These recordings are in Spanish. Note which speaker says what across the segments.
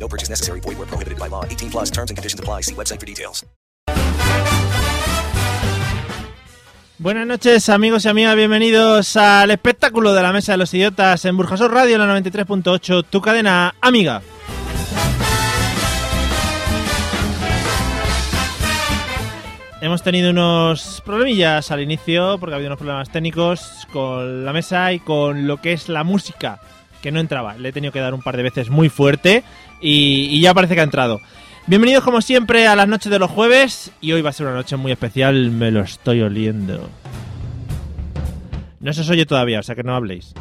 Speaker 1: No purchase necessary. Void where prohibited by law. 18 plus terms and conditions apply. See website for details.
Speaker 2: Buenas noches, amigos y amigas. Bienvenidos al espectáculo de la Mesa de los Idiotas en Burjasot Radio, la 93.8, tu cadena amiga. Hemos tenido unos problemillas al inicio, porque ha habido unos problemas técnicos con la mesa y con lo que es la música, que no entraba. Le he tenido que dar un par de veces muy fuerte y, y ya parece que ha entrado. Bienvenidos como siempre a las noches de los jueves y hoy va a ser una noche muy especial, me lo estoy oliendo. No se os oye todavía, o sea que no habléis.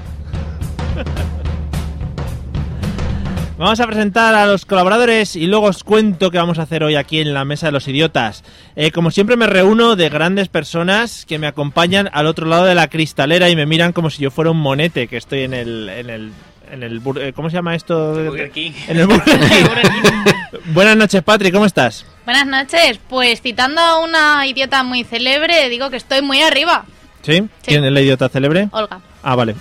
Speaker 2: Vamos a presentar a los colaboradores y luego os cuento qué vamos a hacer hoy aquí en la Mesa de los Idiotas. Eh, como siempre me reúno de grandes personas que me acompañan al otro lado de la cristalera y me miran como si yo fuera un monete que estoy en el... En el, en el bur- eh, ¿Cómo se llama esto?
Speaker 3: Burger King.
Speaker 2: En el Burger King. Buenas noches, Patrick, ¿cómo estás?
Speaker 4: Buenas noches. Pues citando a una idiota muy célebre, digo que estoy muy arriba.
Speaker 2: ¿Sí? ¿Quién es la idiota célebre?
Speaker 4: Olga.
Speaker 2: Ah, vale.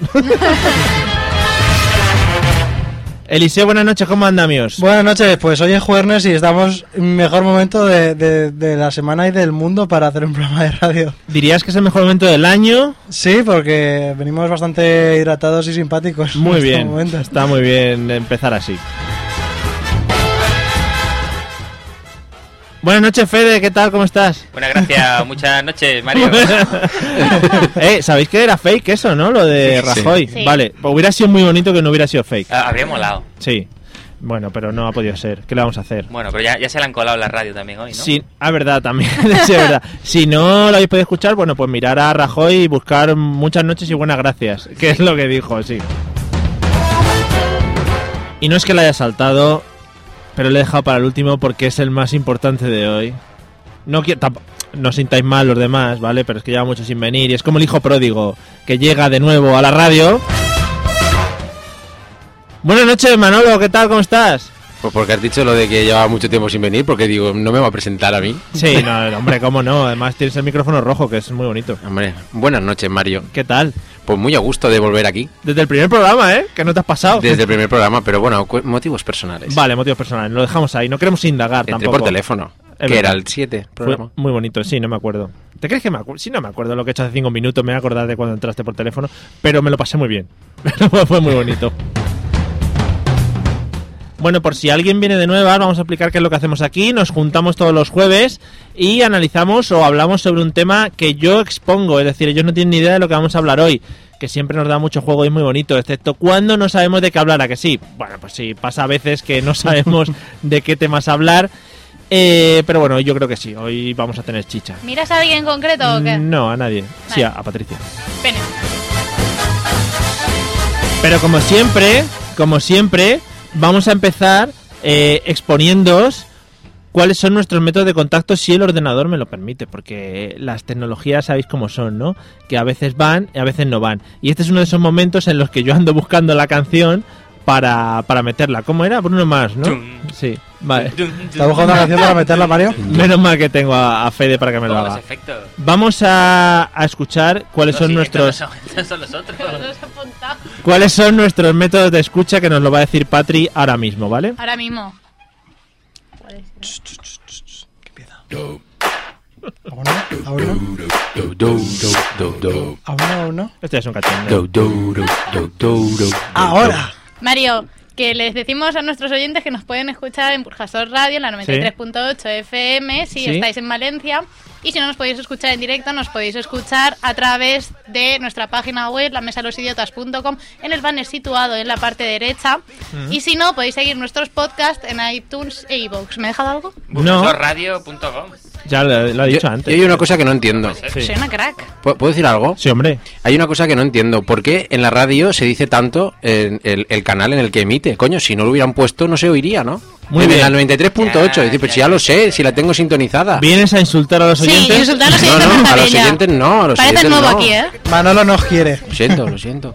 Speaker 2: Eliseo, buenas noches, ¿cómo andamos?
Speaker 5: Buenas noches, pues hoy es jueves y estamos en mejor momento de, de- de la semana y del mundo para hacer un programa de radio.
Speaker 2: ¿Dirías que es el mejor momento del año?
Speaker 5: Sí, porque venimos bastante hidratados y simpáticos. en
Speaker 2: Muy
Speaker 5: este
Speaker 2: bien,
Speaker 5: momento.
Speaker 2: está muy bien empezar así. Buenas noches, Fede, ¿qué tal? ¿Cómo estás?
Speaker 3: Buenas gracias, muchas noches, Mario.
Speaker 2: eh, ¿Sabéis que era fake eso, no? Lo de Rajoy.
Speaker 4: Sí.
Speaker 2: Vale, pues hubiera sido muy bonito que no hubiera sido fake.
Speaker 3: Ah, Habría molado.
Speaker 2: Sí. Bueno, pero no ha podido ser. ¿Qué le vamos a hacer?
Speaker 3: Bueno, pero ya, ya se la han colado en la radio también hoy, ¿no?
Speaker 2: Sí, ah, verdad, también, sí, es verdad. Si no lo habéis podido escuchar, bueno, pues mirar a Rajoy y buscar muchas noches y buenas gracias, que es lo que dijo, sí. Y no es que la haya saltado, pero le he dejado para el último porque es el más importante de hoy. No quiero, tamp- no os sintáis mal los demás, ¿vale? Pero es que lleva mucho sin venir y es como el hijo pródigo que llega de nuevo a la radio. Buenas noches, Manolo, ¿qué tal? ¿Cómo estás?
Speaker 6: Pues porque has dicho lo de que llevaba mucho tiempo sin venir, porque digo, no me va a presentar a mí.
Speaker 2: Sí, no, hombre, cómo no. Además tienes el micrófono rojo, que es muy bonito.
Speaker 6: Hombre, buenas noches, Mario.
Speaker 2: ¿Qué tal?
Speaker 6: Pues muy a gusto de volver aquí,
Speaker 2: Desde el primer programa, ¿eh? Que no te has pasado.
Speaker 6: desde el primer programa, pero bueno, cu- motivos personales.
Speaker 2: Vale, motivos personales. Lo dejamos ahí. No queremos indagar
Speaker 6: Entré
Speaker 2: tampoco.
Speaker 6: por teléfono,
Speaker 2: Es
Speaker 6: que era
Speaker 2: verdad.
Speaker 6: el 7
Speaker 2: Fue
Speaker 6: programa.
Speaker 2: muy bonito, sí, no me acuerdo. ¿Te crees que me acuerdo? Sí, no me acuerdo lo que he hecho hace cinco minutos. Me voy a acordar de cuando entraste por teléfono. Pero me lo pasé muy bien. Fue muy bonito. Bueno, por si alguien viene de nueva, vamos a explicar qué es lo que hacemos aquí. Nos juntamos todos los jueves y analizamos o hablamos sobre un tema que yo expongo. Es decir, ellos no tienen ni idea de lo que vamos a hablar hoy. Que siempre nos da mucho juego y es muy bonito, excepto cuando no sabemos de qué hablar. ¿A que sí? Bueno, pues sí, pasa a veces que no sabemos de qué temas hablar. Eh, pero bueno, yo creo que sí. Hoy vamos a tener chicha.
Speaker 4: ¿Miras a alguien en concreto o qué?
Speaker 2: No, a nadie. Sí,
Speaker 4: Vale.
Speaker 2: a- a Patricia.
Speaker 4: Pene.
Speaker 2: Pero como siempre, como siempre, vamos a empezar eh, exponiéndoos cuáles son nuestros métodos de contacto si el ordenador me lo permite, porque las tecnologías sabéis cómo son, ¿no? Que a veces van y a veces no van. Y este es uno de esos momentos en los que yo ando buscando la canción para, para meterla. ¿Cómo era? Bruno Mars, ¿no?
Speaker 3: Tum.
Speaker 2: Sí, vale.
Speaker 5: ¿Estás buscando una canción para meterla, Mario?
Speaker 2: Menos mal que tengo a, a Fede para que me lo
Speaker 3: Todos los
Speaker 2: haga.
Speaker 3: efectos.
Speaker 2: Vamos a, a escuchar cuáles
Speaker 3: No,
Speaker 2: son
Speaker 3: sí,
Speaker 2: nuestros...
Speaker 3: estos no son- estos son los otros.
Speaker 4: Los he apuntado.
Speaker 2: ¿Cuáles son nuestros métodos de escucha que nos lo va a decir Patri ahora mismo, ¿vale?
Speaker 4: Ahora mismo. ¿Cuál es?
Speaker 5: ¿A uno? ¿A uno?
Speaker 6: Do, do, do, do, do.
Speaker 5: ¿A uno? ¿A uno?
Speaker 2: Este es un cachondeo.
Speaker 6: Do, do, do, do, do, do.
Speaker 5: ¡Ahora!
Speaker 4: Mario, que les decimos a nuestros oyentes que nos pueden escuchar en Burjasot Radio, en la 93.8 FM, si
Speaker 2: Sí.
Speaker 4: estáis en Valencia. Y si no nos podéis escuchar en directo, nos podéis escuchar a través de nuestra página web, lamesalosidotas.com, en el banner situado en la parte derecha. Y si no, podéis seguir nuestros podcasts en iTunes e iVoox. ¿Me he dejado algo?
Speaker 2: No.
Speaker 3: Burjasokradio.com.
Speaker 2: Ya lo, lo ha dicho
Speaker 6: Yo-
Speaker 2: antes.
Speaker 6: yo hay una cosa que no entiendo.
Speaker 2: Sí.
Speaker 4: Soy una crack.
Speaker 6: ¿Pu- ¿Puedo decir algo?
Speaker 2: Sí, hombre.
Speaker 6: Hay una cosa que no entiendo. ¿Por qué en la radio se dice tanto en el, el canal en el que emite? Coño, si no lo hubieran puesto no se oiría, ¿no?
Speaker 2: Muy
Speaker 6: En
Speaker 2: bien.
Speaker 6: Al 93.8.
Speaker 3: Ya,
Speaker 6: Dice, pero
Speaker 3: ya,
Speaker 6: pues si ya
Speaker 3: ya,
Speaker 6: lo
Speaker 3: ya,
Speaker 6: sé, si la tengo sintonizada.
Speaker 2: ¿Vienes a insultar a los
Speaker 4: Sí,
Speaker 2: oyentes?
Speaker 4: insultar a los
Speaker 6: No,
Speaker 4: oyentes
Speaker 6: no,
Speaker 4: me
Speaker 6: a
Speaker 4: parece
Speaker 6: los
Speaker 4: ya.
Speaker 6: oyentes no, a los
Speaker 4: Pareces
Speaker 6: oyentes
Speaker 4: nuevo
Speaker 6: no.
Speaker 4: aquí, ¿eh?
Speaker 5: Manolo nos quiere.
Speaker 6: Lo siento, lo siento.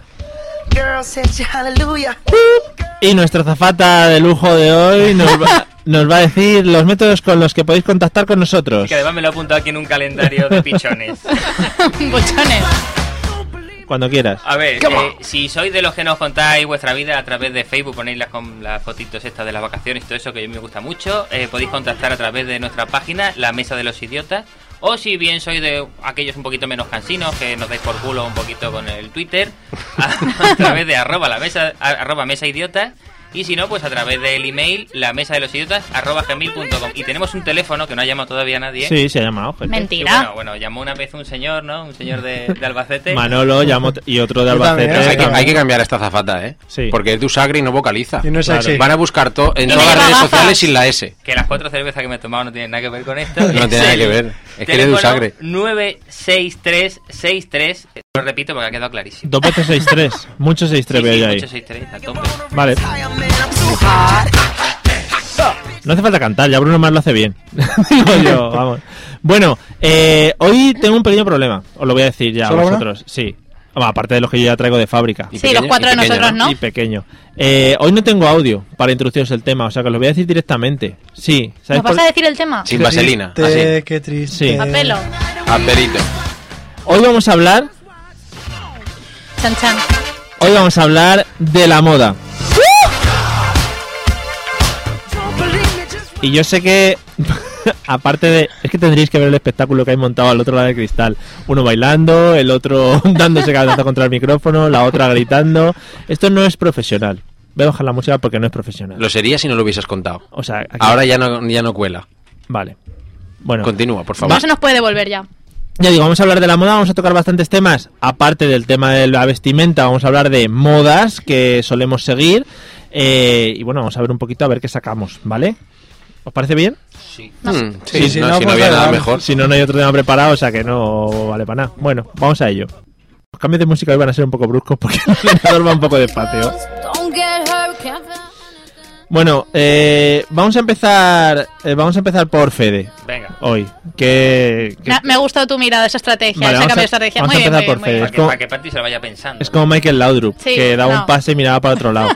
Speaker 2: Y nuestra zafata de lujo de hoy nos va, nos va a decir los métodos con los que podéis contactar con nosotros.
Speaker 3: Que además me lo he apuntado aquí en un calendario de pichones.
Speaker 4: Bochones.
Speaker 2: Cuando quieras.
Speaker 3: A ver, eh, si sois de los que nos contáis vuestra vida a través de Facebook, ponéis las, con las fotitos estas de las vacaciones y todo eso que a mí me gusta mucho, eh, podéis contactar a través de nuestra página, La Mesa de los Idiotas. O si bien sois de aquellos un poquito menos cansinos, que nos dais por culo un poquito con el Twitter, a, a través de arroba, la mesa, a- arroba mesa idiota. Y si no, pues a través del email, la mesa de los idiotas, arroba gmail.com. Y tenemos un teléfono que no ha llamado todavía nadie.
Speaker 2: Sí, se ha llamado. gente.
Speaker 4: Mentira.
Speaker 3: Y bueno, bueno, llamó una vez un señor, ¿no? Un señor de, de Albacete.
Speaker 2: Manolo llamó y otro de
Speaker 5: Yo también,
Speaker 2: Albacete.
Speaker 5: ¿eh?
Speaker 6: Hay que,
Speaker 2: también.
Speaker 6: hay que cambiar esta zafata, ¿eh?
Speaker 2: Sí.
Speaker 6: Porque es Dusagri y no vocaliza.
Speaker 5: Y no es
Speaker 2: Claro.
Speaker 5: sexy.
Speaker 6: Van a buscar to- en
Speaker 4: Y
Speaker 6: todas las
Speaker 4: lleva
Speaker 6: redes
Speaker 4: gafas.
Speaker 6: sociales sin la S.
Speaker 3: Que las cuatro cervezas que me he tomado no tienen nada que ver con esto.
Speaker 6: No tiene nada que ver. Es que eres de Usagre.
Speaker 3: 96363. Lo repito porque ha quedado clarísimo.
Speaker 2: Dos veces 6-3. Mucho 6-3
Speaker 3: Sí,
Speaker 2: veo
Speaker 3: sí,
Speaker 2: yo ahí.
Speaker 3: 863, a tope.
Speaker 2: Vale. No hace falta cantar, ya Bruno Mars lo hace bien. Digo yo, vamos. Bueno, eh, hoy tengo un pequeño problema. Os lo voy a decir ya a
Speaker 5: ¿Solo uno?
Speaker 2: vosotros. Sí. Bueno, aparte de los que yo ya traigo de fábrica.
Speaker 6: Y
Speaker 4: Sí, los cuatro de
Speaker 6: y pequeño,
Speaker 4: nosotros, ¿no?
Speaker 2: Y pequeño. Eh, hoy no tengo audio para introduciros el tema, o sea que os lo voy a decir directamente. Sí,
Speaker 4: ¿Nos
Speaker 2: ¿sabéis
Speaker 4: vas
Speaker 2: por-
Speaker 4: a decir el tema?
Speaker 6: Sin vaselina.
Speaker 5: Triste, Qué triste.
Speaker 2: Sí.
Speaker 4: A pelo.
Speaker 6: así, a pelito.
Speaker 2: Hoy vamos a hablar,
Speaker 4: Chan chan.
Speaker 2: hoy vamos a hablar de la moda. Y yo sé que aparte de es que tendréis que ver el espectáculo que hay montado al otro lado del cristal, uno bailando, el otro dándose cabezazo contra el micrófono, la otra gritando. Esto no es profesional. Voy a bajar la música porque no es profesional.
Speaker 6: Lo sería si no lo hubieses contado.
Speaker 2: O sea, aquí-
Speaker 6: Ahora ya no, ya no cuela.
Speaker 2: vale. Bueno,
Speaker 6: Continúa, por favor.
Speaker 4: No se nos puede devolver ya.
Speaker 2: Ya digo, vamos a hablar de la moda, vamos a tocar bastantes temas. Aparte del tema de la vestimenta, vamos a hablar de modas que solemos seguir. eh, y bueno, vamos a ver un poquito a ver qué sacamos, ¿vale? ¿Os parece bien?
Speaker 6: Mm, sí,
Speaker 5: Sí, sí,
Speaker 6: no,
Speaker 5: no,
Speaker 6: si no
Speaker 5: pues
Speaker 6: había nada
Speaker 5: vale.
Speaker 6: mejor.
Speaker 2: eh, Si no, no hay otro tema preparado, o sea que no vale para nada. Bueno, vamos a ello. Los cambios de música hoy van a ser un poco bruscos porque el ordenador va un poco despacio. Bueno, eh, vamos a empezar eh, vamos a empezar por Fede
Speaker 3: Venga.
Speaker 2: hoy. Que, que-
Speaker 4: Na- me ha gustado tu mirada, esa estrategia,
Speaker 2: Vale,
Speaker 4: ese
Speaker 2: vamos
Speaker 4: cambio
Speaker 2: a-
Speaker 4: de estrategia.
Speaker 2: vamos
Speaker 4: muy
Speaker 2: a
Speaker 4: bien,
Speaker 2: empezar
Speaker 4: muy
Speaker 2: por
Speaker 4: bien, muy bien.
Speaker 2: Fede.
Speaker 3: Para que,
Speaker 2: como-
Speaker 3: para que Patty se lo vaya pensando.
Speaker 2: Es como Michael Laudrup,
Speaker 4: Sí,
Speaker 2: que daba un
Speaker 4: no.
Speaker 2: pase y miraba para otro lado.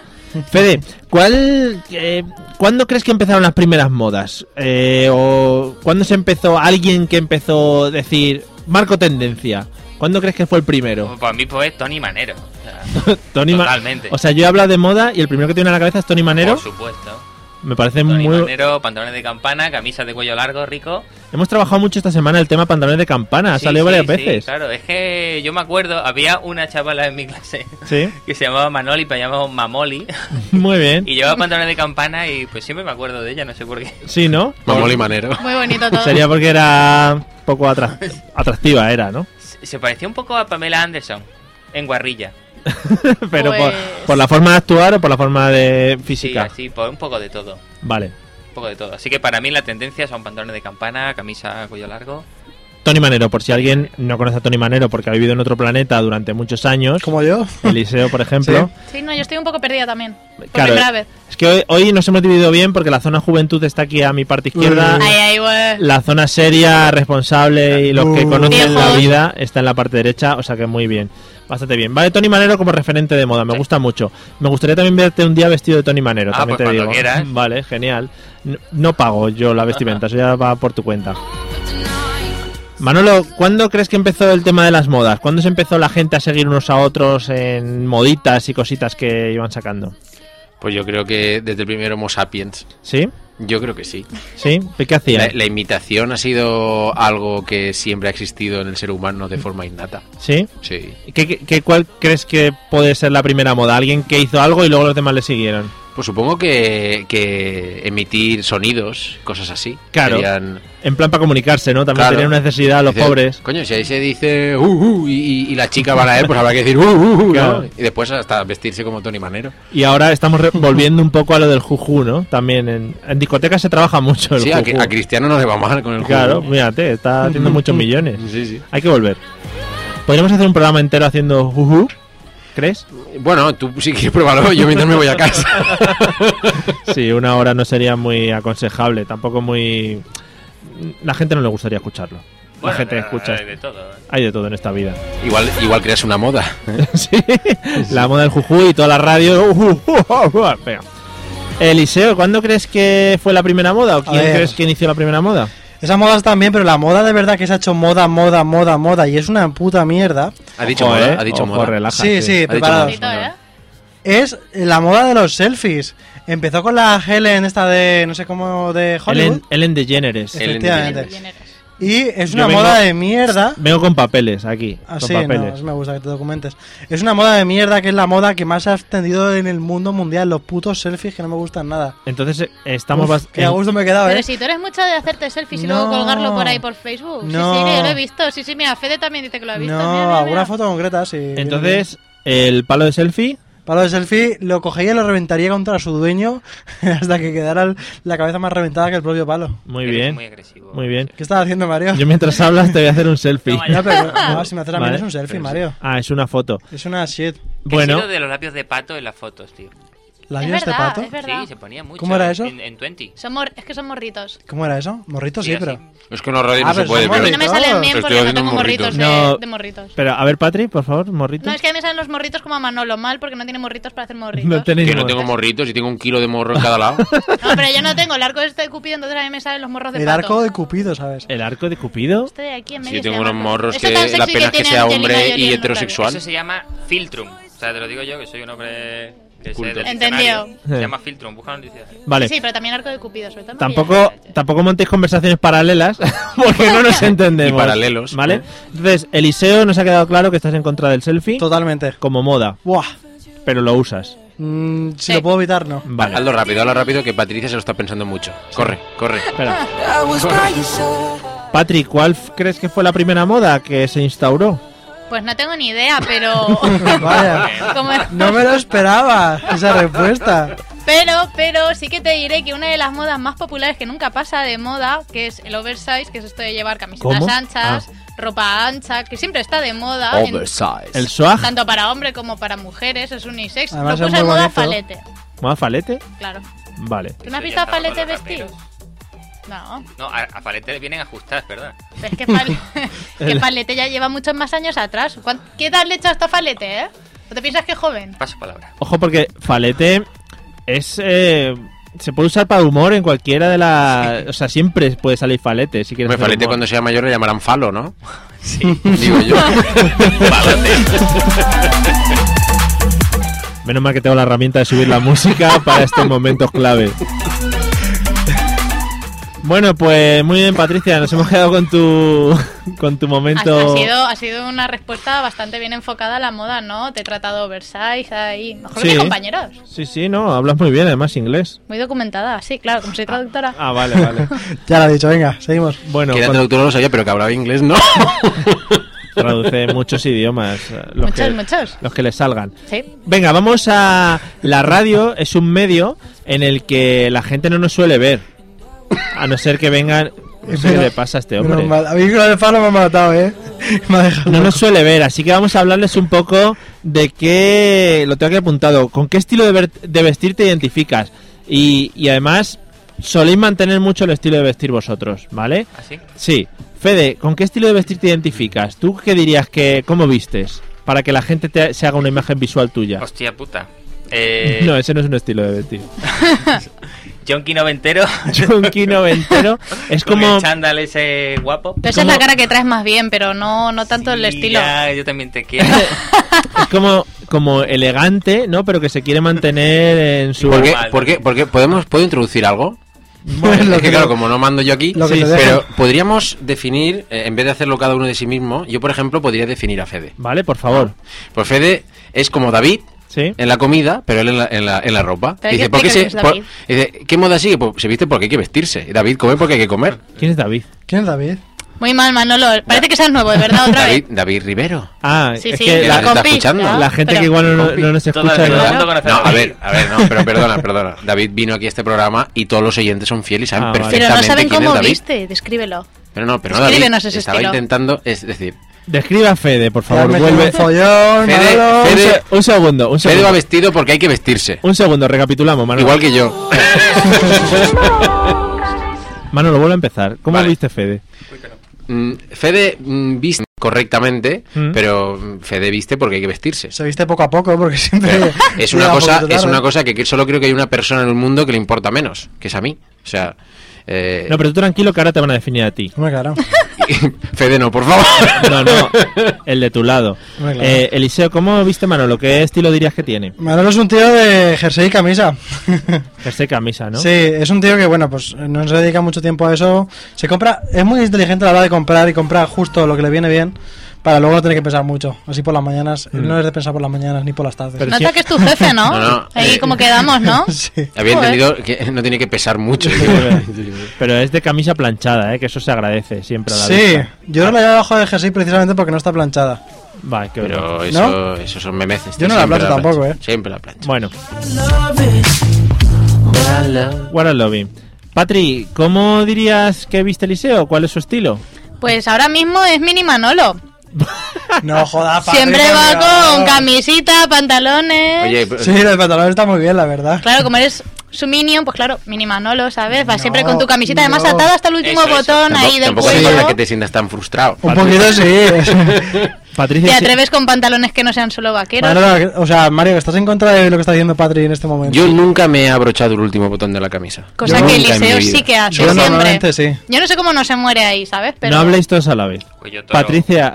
Speaker 2: Fede, ¿cuál, eh, ¿cuándo crees que empezaron las primeras modas? Eh, ¿O cuándo se empezó alguien que empezó a decir, marco tendencia? ¿Cuándo crees que fue el primero?
Speaker 3: Para mí, pues, es Tony Manero. O sea,
Speaker 2: Tony Ma-
Speaker 3: Oh, Totalmente.
Speaker 2: O sea, yo he hablado de moda y el primero que tiene en la cabeza es Tony Manero.
Speaker 3: Por supuesto.
Speaker 2: Me parece
Speaker 3: Tony
Speaker 2: muy...
Speaker 3: Manero, pantalones de campana, camisas de cuello largo, rico.
Speaker 2: Hemos trabajado mucho esta semana el tema pantalones de campana. Ha
Speaker 3: Sí,
Speaker 2: salido
Speaker 3: sí,
Speaker 2: varias
Speaker 3: sí,
Speaker 2: veces.
Speaker 3: claro, es que yo me acuerdo, había una chavala en mi clase
Speaker 2: Sí,
Speaker 3: que se llamaba Manoli, pero llamaba Mamoli.
Speaker 2: muy bien.
Speaker 3: Y llevaba pantalones de campana y pues siempre me acuerdo de ella, no sé por qué.
Speaker 2: Sí, ¿no?
Speaker 6: Mamoli Manero.
Speaker 4: Muy bonito todo.
Speaker 2: Sería porque era poco atra- atractiva, era, ¿no?
Speaker 3: Se se parecía un poco a Pamela Anderson en Guarrilla.
Speaker 2: Pero por,
Speaker 4: Pues-
Speaker 2: por la forma de actuar o por la forma de física.
Speaker 3: Sí, así, pues, un poco de todo.
Speaker 2: Vale.
Speaker 3: Un poco de todo. Así que para mí la tendencia son pantalones de campana, camisa, cuello largo.
Speaker 2: Tony Manero, por si alguien no conoce a Tony Manero porque ha vivido en otro planeta durante muchos años,
Speaker 5: Como yo.
Speaker 2: Eliseo, por ejemplo.
Speaker 4: Sí, no, yo estoy un poco perdida también. Por
Speaker 2: Claro. eh,
Speaker 4: primera vez.
Speaker 2: Es que hoy, hoy nos hemos dividido bien porque la zona juventud está aquí a mi parte izquierda,
Speaker 5: Mm.
Speaker 4: Ay, ay, güey.
Speaker 2: la zona seria, responsable y los que
Speaker 5: Mm.
Speaker 2: conocen la
Speaker 4: Viejos.
Speaker 2: vida está en la parte derecha, o sea que muy bien. Bastante bien. Vale, Tony Manero como referente de moda, me gusta mucho. Me gustaría también verte un día vestido de Tony Manero,
Speaker 3: Ah,
Speaker 2: también
Speaker 3: pues
Speaker 2: te
Speaker 3: cuando
Speaker 2: digo.
Speaker 3: quieras.
Speaker 2: Vale, genial. No, no pago yo la vestimenta, eso ya va por tu cuenta. Manolo, ¿cuándo crees que empezó el tema de las modas? ¿Cuándo se empezó la gente a seguir unos a otros en moditas y cositas que iban sacando?
Speaker 6: Pues yo creo que desde el primer Homo sapiens.
Speaker 2: ¿Sí?
Speaker 6: Yo creo que sí.
Speaker 2: ¿Sí? eh. ¿Qué hacían?
Speaker 6: La, la imitación ha sido algo que siempre ha existido en el ser humano de forma innata.
Speaker 2: ¿Sí?
Speaker 6: Sí.
Speaker 2: ¿Qué, qué- qué- cuál crees que puede ser la primera moda? ¿Alguien que hizo algo y luego los demás le siguieron?
Speaker 6: Pues supongo que, que emitir sonidos, cosas así.
Speaker 2: Claro.
Speaker 6: serían-
Speaker 2: En plan para comunicarse, ¿no? También
Speaker 6: Claro.
Speaker 2: tenían una necesidad los
Speaker 6: Dice,
Speaker 2: pobres.
Speaker 6: Coño, si ahí se dice uh, uh, y, y la chica va a él, pues habrá que decir uh, uh, uh, ¿no?
Speaker 2: Claro.
Speaker 6: Y después hasta vestirse como Tony Manero.
Speaker 2: Y ahora estamos re- volviendo un poco a lo del juju, ¿no? También en, en discotecas se trabaja mucho el
Speaker 6: Sí, a,
Speaker 2: jujú.
Speaker 6: a Cristiano no le va mal con el
Speaker 2: Claro,
Speaker 6: juego.
Speaker 2: fíjate, está haciendo muchos millones.
Speaker 6: Sí, sí.
Speaker 2: Hay que volver. Podríamos hacer un programa entero haciendo juju, ¿crees?
Speaker 6: Bueno, tú si quieres pruébalo, yo mientras me voy a casa.
Speaker 2: Sí, una hora no sería muy aconsejable, tampoco muy... La gente no le gustaría escucharlo. La
Speaker 3: Bueno, eh,
Speaker 2: gente
Speaker 3: de-
Speaker 2: escucha.
Speaker 3: de todo. ¿eh?
Speaker 2: Hay de todo en esta vida.
Speaker 6: igual, igual creas una moda.
Speaker 2: Sí, la moda del juju y toda la radio. uh, uh, uh, uh, venga. Eliseo, ¿cuándo crees que fue la primera moda? ¿O quién
Speaker 5: ver.
Speaker 2: crees que inició la primera moda?
Speaker 5: Esa moda está bien, pero la moda de verdad que se ha hecho moda, moda, moda, moda y es una puta mierda.
Speaker 6: Ha dicho
Speaker 2: Ojo,
Speaker 6: moda,
Speaker 2: eh,
Speaker 6: ha dicho
Speaker 2: ojo,
Speaker 6: moda.
Speaker 2: relaja,
Speaker 5: Sí, sí,
Speaker 6: Ha dicho
Speaker 5: preparados.
Speaker 6: moda.
Speaker 4: Bonito, ¿eh?
Speaker 5: Es la moda de los selfies. Empezó con la Helen esta de no sé cómo de Hollywood
Speaker 2: Ellen, Ellen DeGeneres.
Speaker 6: Ellen
Speaker 5: Efectivamente.
Speaker 6: DeGeneres.
Speaker 5: y es
Speaker 2: Yo
Speaker 5: una
Speaker 2: vengo-
Speaker 5: moda de mierda.
Speaker 2: Vengo con papeles aquí.
Speaker 5: Así,
Speaker 2: con
Speaker 5: Ah, no,
Speaker 2: papeles.
Speaker 5: eso me gusta que te documentes. Es una moda de mierda que es la moda que más se ha extendido en el mundo mundial. Los putos selfies que no me gustan nada.
Speaker 2: Entonces eh, estamos
Speaker 5: Uf,
Speaker 2: bas-
Speaker 5: Qué a
Speaker 2: en-
Speaker 5: gusto me he quedado,
Speaker 4: Pero
Speaker 5: eh.
Speaker 4: si tú eres mucho de hacerte selfies y
Speaker 5: No.
Speaker 4: luego colgarlo por ahí por Facebook.
Speaker 5: No.
Speaker 4: Sí, sí, yo lo he visto. Sí, sí, mira, Fede también dice que lo ha visto.
Speaker 5: no,
Speaker 4: Mira, mira,
Speaker 5: alguna
Speaker 4: mira.
Speaker 5: foto concreta, sí.
Speaker 2: Entonces, el palo de selfie.
Speaker 5: Palo de selfie lo cogería y lo reventaría contra su dueño hasta que quedara el- la cabeza más reventada que el propio palo.
Speaker 2: Muy
Speaker 3: Eres
Speaker 2: bien.
Speaker 3: Muy agresivo.
Speaker 2: Muy bien.
Speaker 5: ¿Qué estás haciendo, Mario?
Speaker 2: Yo mientras hablas te voy a hacer un selfie.
Speaker 5: No, pero no, si me haces a mí
Speaker 2: Vale.
Speaker 5: no es un selfie, Mario.
Speaker 2: Ah, es una foto.
Speaker 5: Es una shit.
Speaker 3: Bueno.
Speaker 2: Bueno,
Speaker 3: de los labios de pato en las fotos, tío.
Speaker 5: ¿La
Speaker 4: Es
Speaker 5: vio este
Speaker 4: verdad,
Speaker 5: pato?
Speaker 4: es verdad.
Speaker 3: Sí, se ponía mucho.
Speaker 5: ¿Cómo era
Speaker 3: en-
Speaker 5: eso?
Speaker 3: En, en 20.
Speaker 4: Son mor- es que son morritos.
Speaker 5: ¿Cómo era eso? Morrito sí,
Speaker 3: Sí,
Speaker 5: pero.
Speaker 3: así.
Speaker 6: Es que en los radios
Speaker 5: Ah,
Speaker 6: no se
Speaker 5: pero
Speaker 6: puede,
Speaker 5: son
Speaker 4: A mí
Speaker 6: pero...
Speaker 4: no me
Speaker 5: Morritos.
Speaker 4: salen
Speaker 6: Te
Speaker 4: bien
Speaker 6: estoy
Speaker 4: porque no
Speaker 6: haciendo
Speaker 4: tengo
Speaker 6: un
Speaker 4: morritos de,
Speaker 2: morrito. No.
Speaker 4: de morritos.
Speaker 2: pero a ver, Patri, por favor, morrito.
Speaker 4: No, es que a mí me salen los morritos como a Manolo mal porque no tiene morritos para hacer morritos.
Speaker 2: No tenéis
Speaker 6: Que no
Speaker 2: morro.
Speaker 6: tengo morritos y tengo un kilo de morro en cada lado.
Speaker 4: No, pero yo no tengo el arco este de Cupido, entonces a mí me salen los morros de
Speaker 5: El
Speaker 4: pato.
Speaker 5: arco de Cupido, ¿sabes?
Speaker 2: ¿El arco de Cupido?
Speaker 4: Este de aquí en
Speaker 6: Sí,
Speaker 4: medio se
Speaker 6: tengo
Speaker 4: llama
Speaker 6: unos
Speaker 4: arco.
Speaker 6: morros
Speaker 4: Eso
Speaker 6: que
Speaker 4: tan
Speaker 6: la
Speaker 4: sexy
Speaker 6: pena es que
Speaker 4: tiene
Speaker 6: sea
Speaker 4: Angelina
Speaker 6: hombre
Speaker 4: Jolie
Speaker 6: y
Speaker 4: en los
Speaker 6: heterosexual.
Speaker 3: Eso se llama filtrum. O sea, te lo digo yo, que soy un hombre que sé
Speaker 6: Culto.
Speaker 3: del
Speaker 4: Entendido.
Speaker 3: diccionario. Se llama filtrum, busca en el diccionario.
Speaker 2: Vale.
Speaker 4: Sí, sí, pero también arco de Cupido, sobre todo. en
Speaker 2: Tampoco,
Speaker 4: María.
Speaker 2: tampoco montéis conversaciones paralelas porque no nos entendemos.
Speaker 6: Y paralelos,
Speaker 2: ¿Vale?
Speaker 6: ¿eh?
Speaker 2: Entonces, Eliseo nos ha quedado claro que estás en contra del selfie
Speaker 5: Totalmente.
Speaker 2: como moda,
Speaker 5: Buah.
Speaker 2: pero lo usas.
Speaker 5: Mm, si
Speaker 4: Sí.
Speaker 5: lo puedo evitar, no.
Speaker 2: Vale.
Speaker 6: Hazlo rápido, hazlo rápido, que Patricia se lo está pensando mucho. Corre, corre.
Speaker 2: Espera. Patri, ¿cuál f- crees que fue la primera moda que se instauró?
Speaker 4: Pues no tengo ni idea, pero.
Speaker 5: Vaya.
Speaker 4: Como-
Speaker 5: No me lo esperaba esa respuesta.
Speaker 4: Pero, pero sí que te diré que una de las modas más populares que nunca pasa de moda, que es el oversize, que es esto de llevar camisetas
Speaker 2: ¿Cómo? Ah.
Speaker 4: anchas, ropa ancha, que siempre está de moda, en-
Speaker 2: ¿El swag?
Speaker 4: tanto para hombre como para mujeres, es unisex.
Speaker 5: Además,
Speaker 4: Lo
Speaker 5: es
Speaker 4: puse de
Speaker 5: muy
Speaker 4: moda
Speaker 5: bonito.
Speaker 4: falete,
Speaker 2: ¿Moda falete?
Speaker 4: claro.
Speaker 2: Vale.
Speaker 4: ¿Tú no
Speaker 3: Eso
Speaker 4: has visto
Speaker 3: ya estaba
Speaker 4: a
Speaker 3: con
Speaker 4: falete
Speaker 3: los
Speaker 4: vestido?
Speaker 3: raperos.
Speaker 4: No,
Speaker 3: No, a, a Palete le vienen ajustadas, ¿verdad?
Speaker 4: pero es que, Fal- que Falete ya lleva muchos más años atrás. ¿Cuán- ¿Qué edad le echas a Falete, eh? ¿O te piensas que es joven?
Speaker 3: Paso palabra.
Speaker 2: Ojo, porque falete es. eh, se puede usar para humor en cualquiera de las. O sea, siempre puede salir falete si quieres.
Speaker 6: Me
Speaker 2: hacer
Speaker 6: falete
Speaker 2: humor.
Speaker 6: cuando sea mayor le llamarán falo, ¿no? Sí. Digo yo.
Speaker 2: Menos mal que tengo la herramienta de subir la música para estos momentos clave. Bueno, pues muy bien, Patricia, nos hemos quedado con tu con tu
Speaker 4: Ha,
Speaker 2: momento.
Speaker 4: ha sido, ha sido una respuesta bastante bien enfocada a la moda, ¿no? Te he tratado oversize ahí. Mejor que
Speaker 2: Sí.
Speaker 4: mis compañeros.
Speaker 2: Sí, sí, no, hablas muy bien, además inglés.
Speaker 4: Muy documentada, sí, claro, como soy traductora.
Speaker 2: Ah, vale, vale.
Speaker 5: Ya lo he dicho, venga, seguimos.
Speaker 2: Bueno,
Speaker 6: que era
Speaker 2: con-
Speaker 6: traductor no lo sabía, pero que hablaba inglés, ¿no?
Speaker 2: traduce muchos idiomas, eh, los
Speaker 4: muchos,
Speaker 2: que
Speaker 4: muchos.
Speaker 2: los que le salgan.
Speaker 4: Sí.
Speaker 2: Venga, vamos a la radio. Es un medio en el que la gente no nos suele ver, a no ser que vengan. No sé qué le pasa a este hombre.
Speaker 5: Menos mal. A mí con el palo me ha matado, ¿eh? Me ha dejado.
Speaker 2: No nos suele ver, así que vamos a hablarles un poco de qué. Lo tengo aquí apuntado. ¿Con qué estilo de, ver- de vestir te identificas? Y, y además, soléis mantener mucho el estilo de vestir vosotros, ¿vale?
Speaker 3: ¿Así?
Speaker 2: Sí. Fede, ¿con qué estilo de vestir te identificas? ¿Tú qué dirías que. cómo vistes? Para que la gente te- se haga una imagen visual tuya.
Speaker 3: Hostia puta. Eh,
Speaker 2: No, ese no es un estilo de vestir.
Speaker 3: Yonki noventero.
Speaker 2: Chunky noventero. Es
Speaker 3: con
Speaker 2: como.
Speaker 3: el chándal ese guapo.
Speaker 4: Pero esa es la
Speaker 2: ¿Cómo?
Speaker 4: cara que traes más bien, pero no, no tanto el
Speaker 3: Sí,
Speaker 4: estilo.
Speaker 3: ya, yo también te quiero.
Speaker 2: Es como. Como elegante, ¿no? Pero que se quiere mantener en su.
Speaker 6: ¿Por qué? ¿Por qué? ¿Por qué? ¿Podemos, ¿Puedo introducir algo?
Speaker 5: Lo
Speaker 6: es que
Speaker 5: que-
Speaker 6: claro, como no mando yo aquí,
Speaker 5: lo que
Speaker 6: sí,
Speaker 5: te dejan.
Speaker 6: pero podríamos definir, eh, en vez de hacerlo cada uno de sí mismo, yo por ejemplo podría definir a Fede.
Speaker 2: Vale, por favor.
Speaker 3: Ah.
Speaker 6: Pues Fede es como David,
Speaker 2: Sí.
Speaker 6: en la comida, pero él en la, en la, en la ropa.
Speaker 4: Pero hay
Speaker 6: dice,
Speaker 4: que
Speaker 6: ¿por qué se,
Speaker 4: explicarles, David.
Speaker 6: por- dice, ¿qué moda sigue? Pues se viste porque hay que vestirse. Y David come porque hay que comer.
Speaker 2: ¿Quién es David?
Speaker 5: ¿Quién es David?
Speaker 4: Muy mal, Manolo. Parece que seas nuevo, de verdad, otra vez.
Speaker 6: David, David Rivero.
Speaker 2: Ah,
Speaker 4: Sí,
Speaker 2: es
Speaker 4: sí,
Speaker 2: que la,
Speaker 6: Que nos está
Speaker 4: compi,
Speaker 6: escuchando.
Speaker 4: ya.
Speaker 2: la gente
Speaker 4: Pero-
Speaker 2: que igual no,
Speaker 6: Compi.
Speaker 2: no nos
Speaker 3: Todo
Speaker 2: escucha.
Speaker 3: el
Speaker 2: ¿verdad?
Speaker 3: mundo conoce
Speaker 6: No,
Speaker 3: a
Speaker 6: a
Speaker 3: David.
Speaker 6: ver, a ver, no, pero perdona, perdona. David vino aquí a este programa y todos los oyentes son fieles y saben
Speaker 2: Ah, vale.
Speaker 4: Pero
Speaker 6: perfectamente
Speaker 4: no saben
Speaker 6: quién
Speaker 4: cómo
Speaker 6: es David.
Speaker 4: viste, descríbelo.
Speaker 6: Pero no, pero no David.
Speaker 4: Escríbenos ese
Speaker 6: Estaba
Speaker 4: estilo.
Speaker 6: intentando, es decir,
Speaker 2: Describe a Fede, por
Speaker 5: Ya
Speaker 2: favor.
Speaker 5: me
Speaker 2: Vuelve.
Speaker 5: tengo un follón,
Speaker 6: Fede,
Speaker 5: Manolo.
Speaker 2: Un,
Speaker 6: Fede-
Speaker 2: se- un segundo, un
Speaker 6: Pedro va
Speaker 2: segundo.
Speaker 6: vestido porque hay que vestirse.
Speaker 2: Un segundo, recapitulamos, Manolo.
Speaker 6: Igual que yo.
Speaker 2: Manolo, vuelve a empezar. ¿Cómo
Speaker 6: Vale.
Speaker 2: viste Fede?
Speaker 6: Mm, Fede mm, viste correctamente,
Speaker 2: Mm.
Speaker 6: pero mm, Fede viste porque hay que vestirse.
Speaker 5: Se viste poco a poco porque siempre.
Speaker 6: es una
Speaker 5: llega
Speaker 6: cosa
Speaker 5: poquito
Speaker 6: es
Speaker 5: tarde.
Speaker 6: una cosa que que solo creo que hay una persona en el mundo que le importa menos que es a mí o sea eh,
Speaker 2: No, pero tú tranquilo que ahora te van a definir a ti.
Speaker 5: Hombre, claro.
Speaker 6: Fede no por favor
Speaker 2: No, no, el de tu lado.
Speaker 5: Hombre, claro.
Speaker 2: Eh, Eliseo, ¿cómo viste Manolo? ¿Qué estilo dirías que tiene?
Speaker 5: Manolo es un tío de jersey y camisa.
Speaker 2: Jersey, camisa, ¿no?
Speaker 5: Sí, es un tío que, bueno, pues no se dedica mucho tiempo a eso. Se compra, es muy inteligente a la hora de comprar y comprar justo lo que le viene bien para luego no tener que pensar mucho. Así por las mañanas, él no es de pensar por las mañanas ni por las tardes.
Speaker 2: Mm. Pero-
Speaker 4: No
Speaker 2: sí.
Speaker 4: que es tu jefe, ¿no?
Speaker 6: No, no,
Speaker 4: Ahí
Speaker 6: eh.
Speaker 4: como quedamos, ¿no?
Speaker 5: Sí.
Speaker 6: había
Speaker 4: Joder.
Speaker 6: entendido que no tiene que pesar mucho
Speaker 2: Pero es de camisa planchada, ¿eh? que eso se agradece siempre a la
Speaker 5: Sí,
Speaker 2: vista.
Speaker 5: yo no la llevo abajo de jersey precisamente porque no está planchada.
Speaker 2: Vale, qué vergüenza.
Speaker 6: pero eso,
Speaker 5: ¿No?
Speaker 6: eso son memes
Speaker 5: Yo no la
Speaker 6: Siempre
Speaker 5: plancho tampoco,
Speaker 6: plancho.
Speaker 5: ¿eh?
Speaker 6: siempre la plancha
Speaker 2: Bueno. What a loving. Patri, ¿cómo dirías que viste Eliseo? ¿Cuál es su estilo?
Speaker 4: Pues ahora mismo es mini Manolo.
Speaker 5: No jodas, Patri,
Speaker 4: Siempre
Speaker 5: por
Speaker 4: va
Speaker 5: Dios.
Speaker 4: con camisita, pantalones.
Speaker 6: oye pues, pero-
Speaker 5: Sí, el pantalón está muy bien, la verdad.
Speaker 4: Claro, como eres su minion, pues claro, mini Manolo, ¿sabes? Va
Speaker 5: No,
Speaker 4: siempre con tu camisita, además
Speaker 5: no.
Speaker 4: atada hasta el último
Speaker 3: Eso, eso.
Speaker 4: botón
Speaker 6: tampoco,
Speaker 4: ahí del
Speaker 6: tampoco hace falta
Speaker 4: cuello.
Speaker 6: que te sientas tan frustrado
Speaker 5: Un
Speaker 2: Patri-
Speaker 5: poquito sí.
Speaker 2: Patricia,
Speaker 4: Te
Speaker 2: sí-
Speaker 4: atreves con pantalones que no sean solo vaqueros.
Speaker 5: Manolo, o sea, Mario, que estás en contra de lo que está diciendo Patri en este momento.
Speaker 6: yo nunca me he abrochado el último botón de la camisa
Speaker 4: Cosa
Speaker 6: Nunca
Speaker 4: que
Speaker 6: en mi
Speaker 4: Eliseo
Speaker 6: vida.
Speaker 4: sí que hace
Speaker 5: Yo
Speaker 4: siempre.
Speaker 5: normalmente sí.
Speaker 4: Yo no sé cómo no se muere ahí, ¿sabes? Pero
Speaker 2: no habléis todos a la vez.
Speaker 3: Pues yo todo.
Speaker 2: Patricia,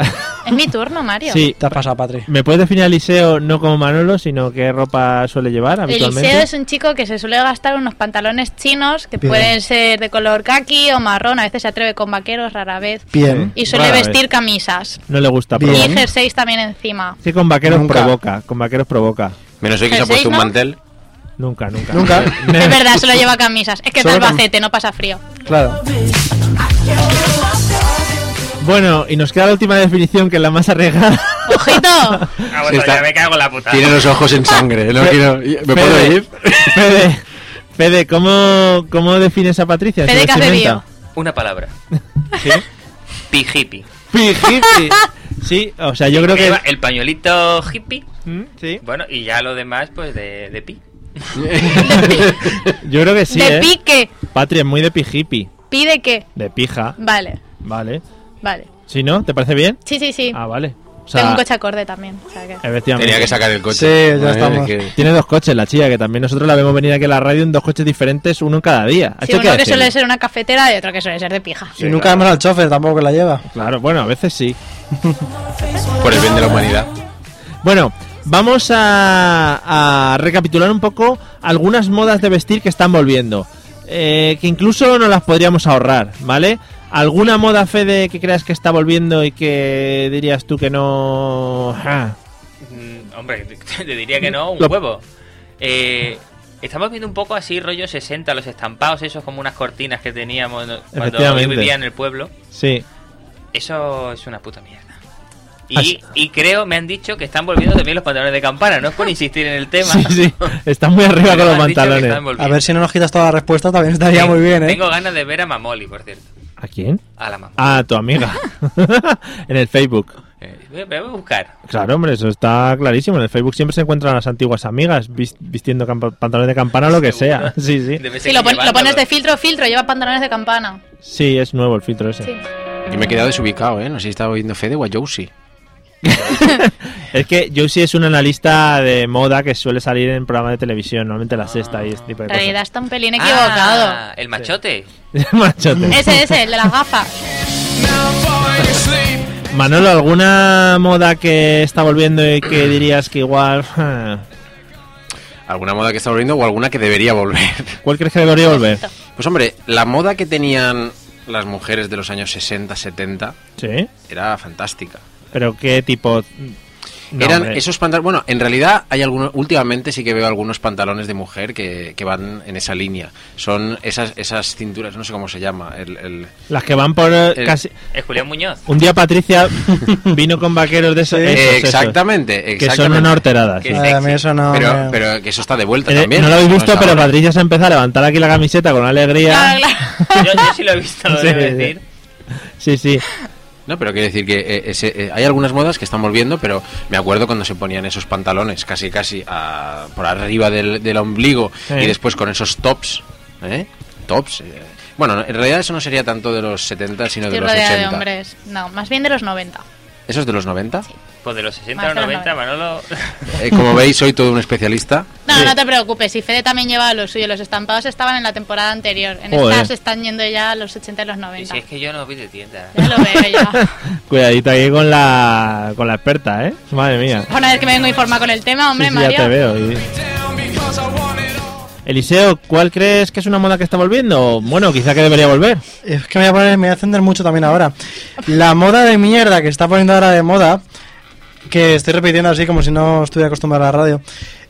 Speaker 4: es mi turno, Mario.
Speaker 2: sí,
Speaker 5: Te has pasado, Patri.
Speaker 2: ¿me puedes definir a Eliseo no como Manolo, sino qué ropa suele llevar habitualmente?
Speaker 4: Eliseo es un chico que se suele gastar unos pantalones chinos que
Speaker 5: Bien.
Speaker 4: pueden ser de color kaki o marrón, a veces se atreve con vaqueros, rara vez.
Speaker 5: Bien.
Speaker 4: Y suele
Speaker 2: Rara vez.
Speaker 4: vestir camisas.
Speaker 2: No le gusta
Speaker 5: Bien.
Speaker 4: Y
Speaker 2: provocar.
Speaker 4: jerseys también encima.
Speaker 2: Sí, con vaqueros
Speaker 5: Nunca.
Speaker 2: provoca, con vaqueros provoca.
Speaker 6: menos hoy que se ha
Speaker 4: Jerseys,
Speaker 6: puesto un
Speaker 4: ¿no?
Speaker 6: mantel
Speaker 2: Nunca, nunca.
Speaker 5: Nunca.
Speaker 4: Es verdad, solo lleva camisas. Es que es de
Speaker 5: Solo cam-
Speaker 4: Albacete, no pasa frío.
Speaker 5: Claro.
Speaker 2: Bueno, y nos queda la última definición que es la más arriesgada.
Speaker 4: ¡Ojito!
Speaker 3: Ah, bueno,
Speaker 6: Está-
Speaker 3: ya me cago en la puta.
Speaker 6: tiene los ojos en sangre no
Speaker 2: Fe-
Speaker 6: quiero me puedo
Speaker 2: Fede,
Speaker 6: ir
Speaker 2: Fede, Fede, ¿cómo, ¿cómo defines a Patricia? en su
Speaker 4: Fede, ¿qué has
Speaker 2: vestimenta?
Speaker 3: Una palabra. Pijipi.
Speaker 2: Pijipi. Sí, o sea, yo creo que...
Speaker 3: Lleva el pañuelito hippie.
Speaker 6: eh,
Speaker 2: Mm, Sí,
Speaker 3: Bueno, y ya lo demás, pues de, de pi.
Speaker 2: yo creo que sí,
Speaker 4: ¿De
Speaker 2: ¿eh?
Speaker 4: pique?
Speaker 2: Patri es muy de pijipi,
Speaker 4: ¿Pide qué?
Speaker 2: de pija,
Speaker 4: Vale,
Speaker 2: ¿vale?
Speaker 4: vale.
Speaker 2: ¿Sí, no? ¿Te parece bien?
Speaker 4: Sí, sí, sí.
Speaker 2: Ah, vale. O sea, eh,
Speaker 4: Tengo un coche acorde también. o sea que-
Speaker 2: Efectivamente.
Speaker 6: tenía que sacar el coche
Speaker 5: Sí, ya
Speaker 6: Bueno,
Speaker 5: estamos.
Speaker 6: es que-
Speaker 2: Tiene dos coches la chica, que también nosotros la vemos venir aquí a la radio en dos coches diferentes, uno en cada día.
Speaker 4: Sí,
Speaker 2: Esto hay
Speaker 4: uno que
Speaker 2: decirlo.
Speaker 4: suele ser una cafetera y otro que suele ser de pija.
Speaker 5: y nunca vemos al chofer tampoco que la lleva.
Speaker 2: Claro, bueno, a veces sí.
Speaker 6: por el bien de la humanidad
Speaker 2: Bueno, vamos a, a recapitular un poco algunas modas de vestir que están volviendo. eh, que incluso no las podríamos ahorrar, ¿vale? ¿Alguna moda, Fede, que creas que está volviendo y que dirías tú que no... Ah,
Speaker 3: Mm, hombre, te diría que no, un
Speaker 2: Lo-
Speaker 3: huevo. Eh, estamos viendo un poco así, rollo 60, los estampados, esos como unas cortinas que teníamos ¿no? cuando yo
Speaker 2: Efectivamente.
Speaker 3: vivía en el pueblo.
Speaker 2: sí.
Speaker 3: Eso es una puta mierda.
Speaker 2: Ah,
Speaker 3: Y,
Speaker 2: sí.
Speaker 3: y creo, me han dicho que están volviendo también los pantalones de campana, no es por insistir en el tema.
Speaker 2: Sí, sí. Está muy arriba
Speaker 3: Pero
Speaker 2: con los
Speaker 3: me han dicho que
Speaker 2: pantalones.
Speaker 3: están volviendo.
Speaker 5: A ver si no nos quitas toda la respuesta, también estaría muy bien, ¿eh?
Speaker 3: Tengo ganas de ver a Mamoli, por cierto.
Speaker 2: ¿A quién?
Speaker 3: A la Mamoli.
Speaker 2: Ah, tu amiga. en el Facebook.
Speaker 3: Eh, voy, a- voy a buscar.
Speaker 2: Claro, hombre, eso está clarísimo. En el Facebook siempre se encuentran las antiguas amigas vis- vistiendo campa- pantalones de campana o lo que sea.
Speaker 3: Seguro.
Speaker 2: Sí, sí.
Speaker 3: Debe
Speaker 4: Si
Speaker 3: seguir
Speaker 4: lo, pon- lo
Speaker 3: llevándolo.
Speaker 4: pones de filtro, filtro, lleva pantalones de campana.
Speaker 2: Sí, es nuevo el filtro ese.
Speaker 4: Sí.
Speaker 6: Yo me he quedado desubicado, ¿eh? No sé si estaba oyendo Fede o a Josie.
Speaker 2: Es que Josie es un analista de moda que suele salir en programas de televisión, normalmente la sexta y este tipo de
Speaker 4: En realidad
Speaker 2: cosas.
Speaker 4: está un pelín equivocado.
Speaker 3: Ah, el machote.
Speaker 2: Machote.
Speaker 4: Ese, ese, el de las gafas.
Speaker 2: Manolo, ¿alguna moda que está volviendo y que dirías que igual... ah,
Speaker 6: ¿Alguna moda que está volviendo o alguna que debería volver?
Speaker 2: ¿Cuál crees que debería volver?
Speaker 6: Pues hombre, la moda que tenían las mujeres de los años 60, 70
Speaker 2: Sí.
Speaker 6: era fantástica.
Speaker 2: Pero qué tipo... No,
Speaker 6: Eran
Speaker 2: hombre.
Speaker 6: esos pantalones. Bueno, en realidad hay algunos. Últimamente sí que veo algunos pantalones de mujer que, que van en esa línea. Son esas, esas cinturas, no sé cómo se llama. El, el-
Speaker 2: Las que van por eh,
Speaker 6: El-
Speaker 2: casi.
Speaker 3: Es Julián Muñoz.
Speaker 2: Un día Patricia vino con vaqueros de esos.
Speaker 5: Sí.
Speaker 2: esos,
Speaker 6: Eh,
Speaker 2: esos,
Speaker 6: exactamente,
Speaker 2: que son
Speaker 6: exactamente.
Speaker 2: una horterada. sí.
Speaker 3: Que-
Speaker 5: Ay, a mí
Speaker 3: sexy.
Speaker 5: eso no.
Speaker 6: pero,
Speaker 5: me-
Speaker 6: pero que eso está de vuelta
Speaker 2: Eh,
Speaker 6: también.
Speaker 2: no lo habéis
Speaker 6: Eso
Speaker 2: visto,
Speaker 6: está
Speaker 2: pero
Speaker 6: mal.
Speaker 2: Patricia se ha empezado a levantar aquí la camiseta con alegría.
Speaker 4: Claro, claro.
Speaker 3: Yo, yo sí lo he visto, lo
Speaker 2: Sí,
Speaker 3: debo
Speaker 2: sí.
Speaker 3: decir.
Speaker 2: Sí, sí.
Speaker 6: No, pero quiero decir que eh, ese- eh, hay algunas modas que están volviendo, pero me acuerdo cuando se ponían esos pantalones casi casi a- por arriba del, del ombligo
Speaker 2: Sí.
Speaker 6: y después con esos tops, ¿eh? Tops. eh. Bueno, en realidad eso no sería tanto de los 70, sino de
Speaker 4: Estoy
Speaker 6: los
Speaker 4: rodeada de
Speaker 6: 80.
Speaker 4: hombres. No, más bien de los 90.
Speaker 6: ¿Eso es de los 90?
Speaker 3: Pues de los 60 a
Speaker 4: Más
Speaker 3: los
Speaker 4: de los
Speaker 3: 90, Manolo.
Speaker 6: Eh, como veis, soy todo un especialista.
Speaker 4: No, no te preocupes. Si Fede también lleva los suyos, los estampados estaban en la temporada anterior. En
Speaker 2: Joder.
Speaker 4: estas están yendo ya a los 80 y los
Speaker 3: Y
Speaker 4: 90.
Speaker 3: si es que yo no vi de tienda.
Speaker 4: Ya lo veo ya.
Speaker 2: Cuidadito aquí con la, con la experta, ¿eh? Madre mía.
Speaker 4: Una vez que me vengo informada con el tema, hombre,
Speaker 2: Sí, sí,
Speaker 4: Mario.
Speaker 2: ya te veo. y- Eliseo, ¿cuál crees que es una moda que está volviendo? Bueno, quizá que debería volver.
Speaker 5: Es que me voy a poner, me voy a encender mucho también ahora. La moda de mierda que está poniendo ahora de moda, que estoy repitiendo así como si no estuviera acostumbrado a la radio,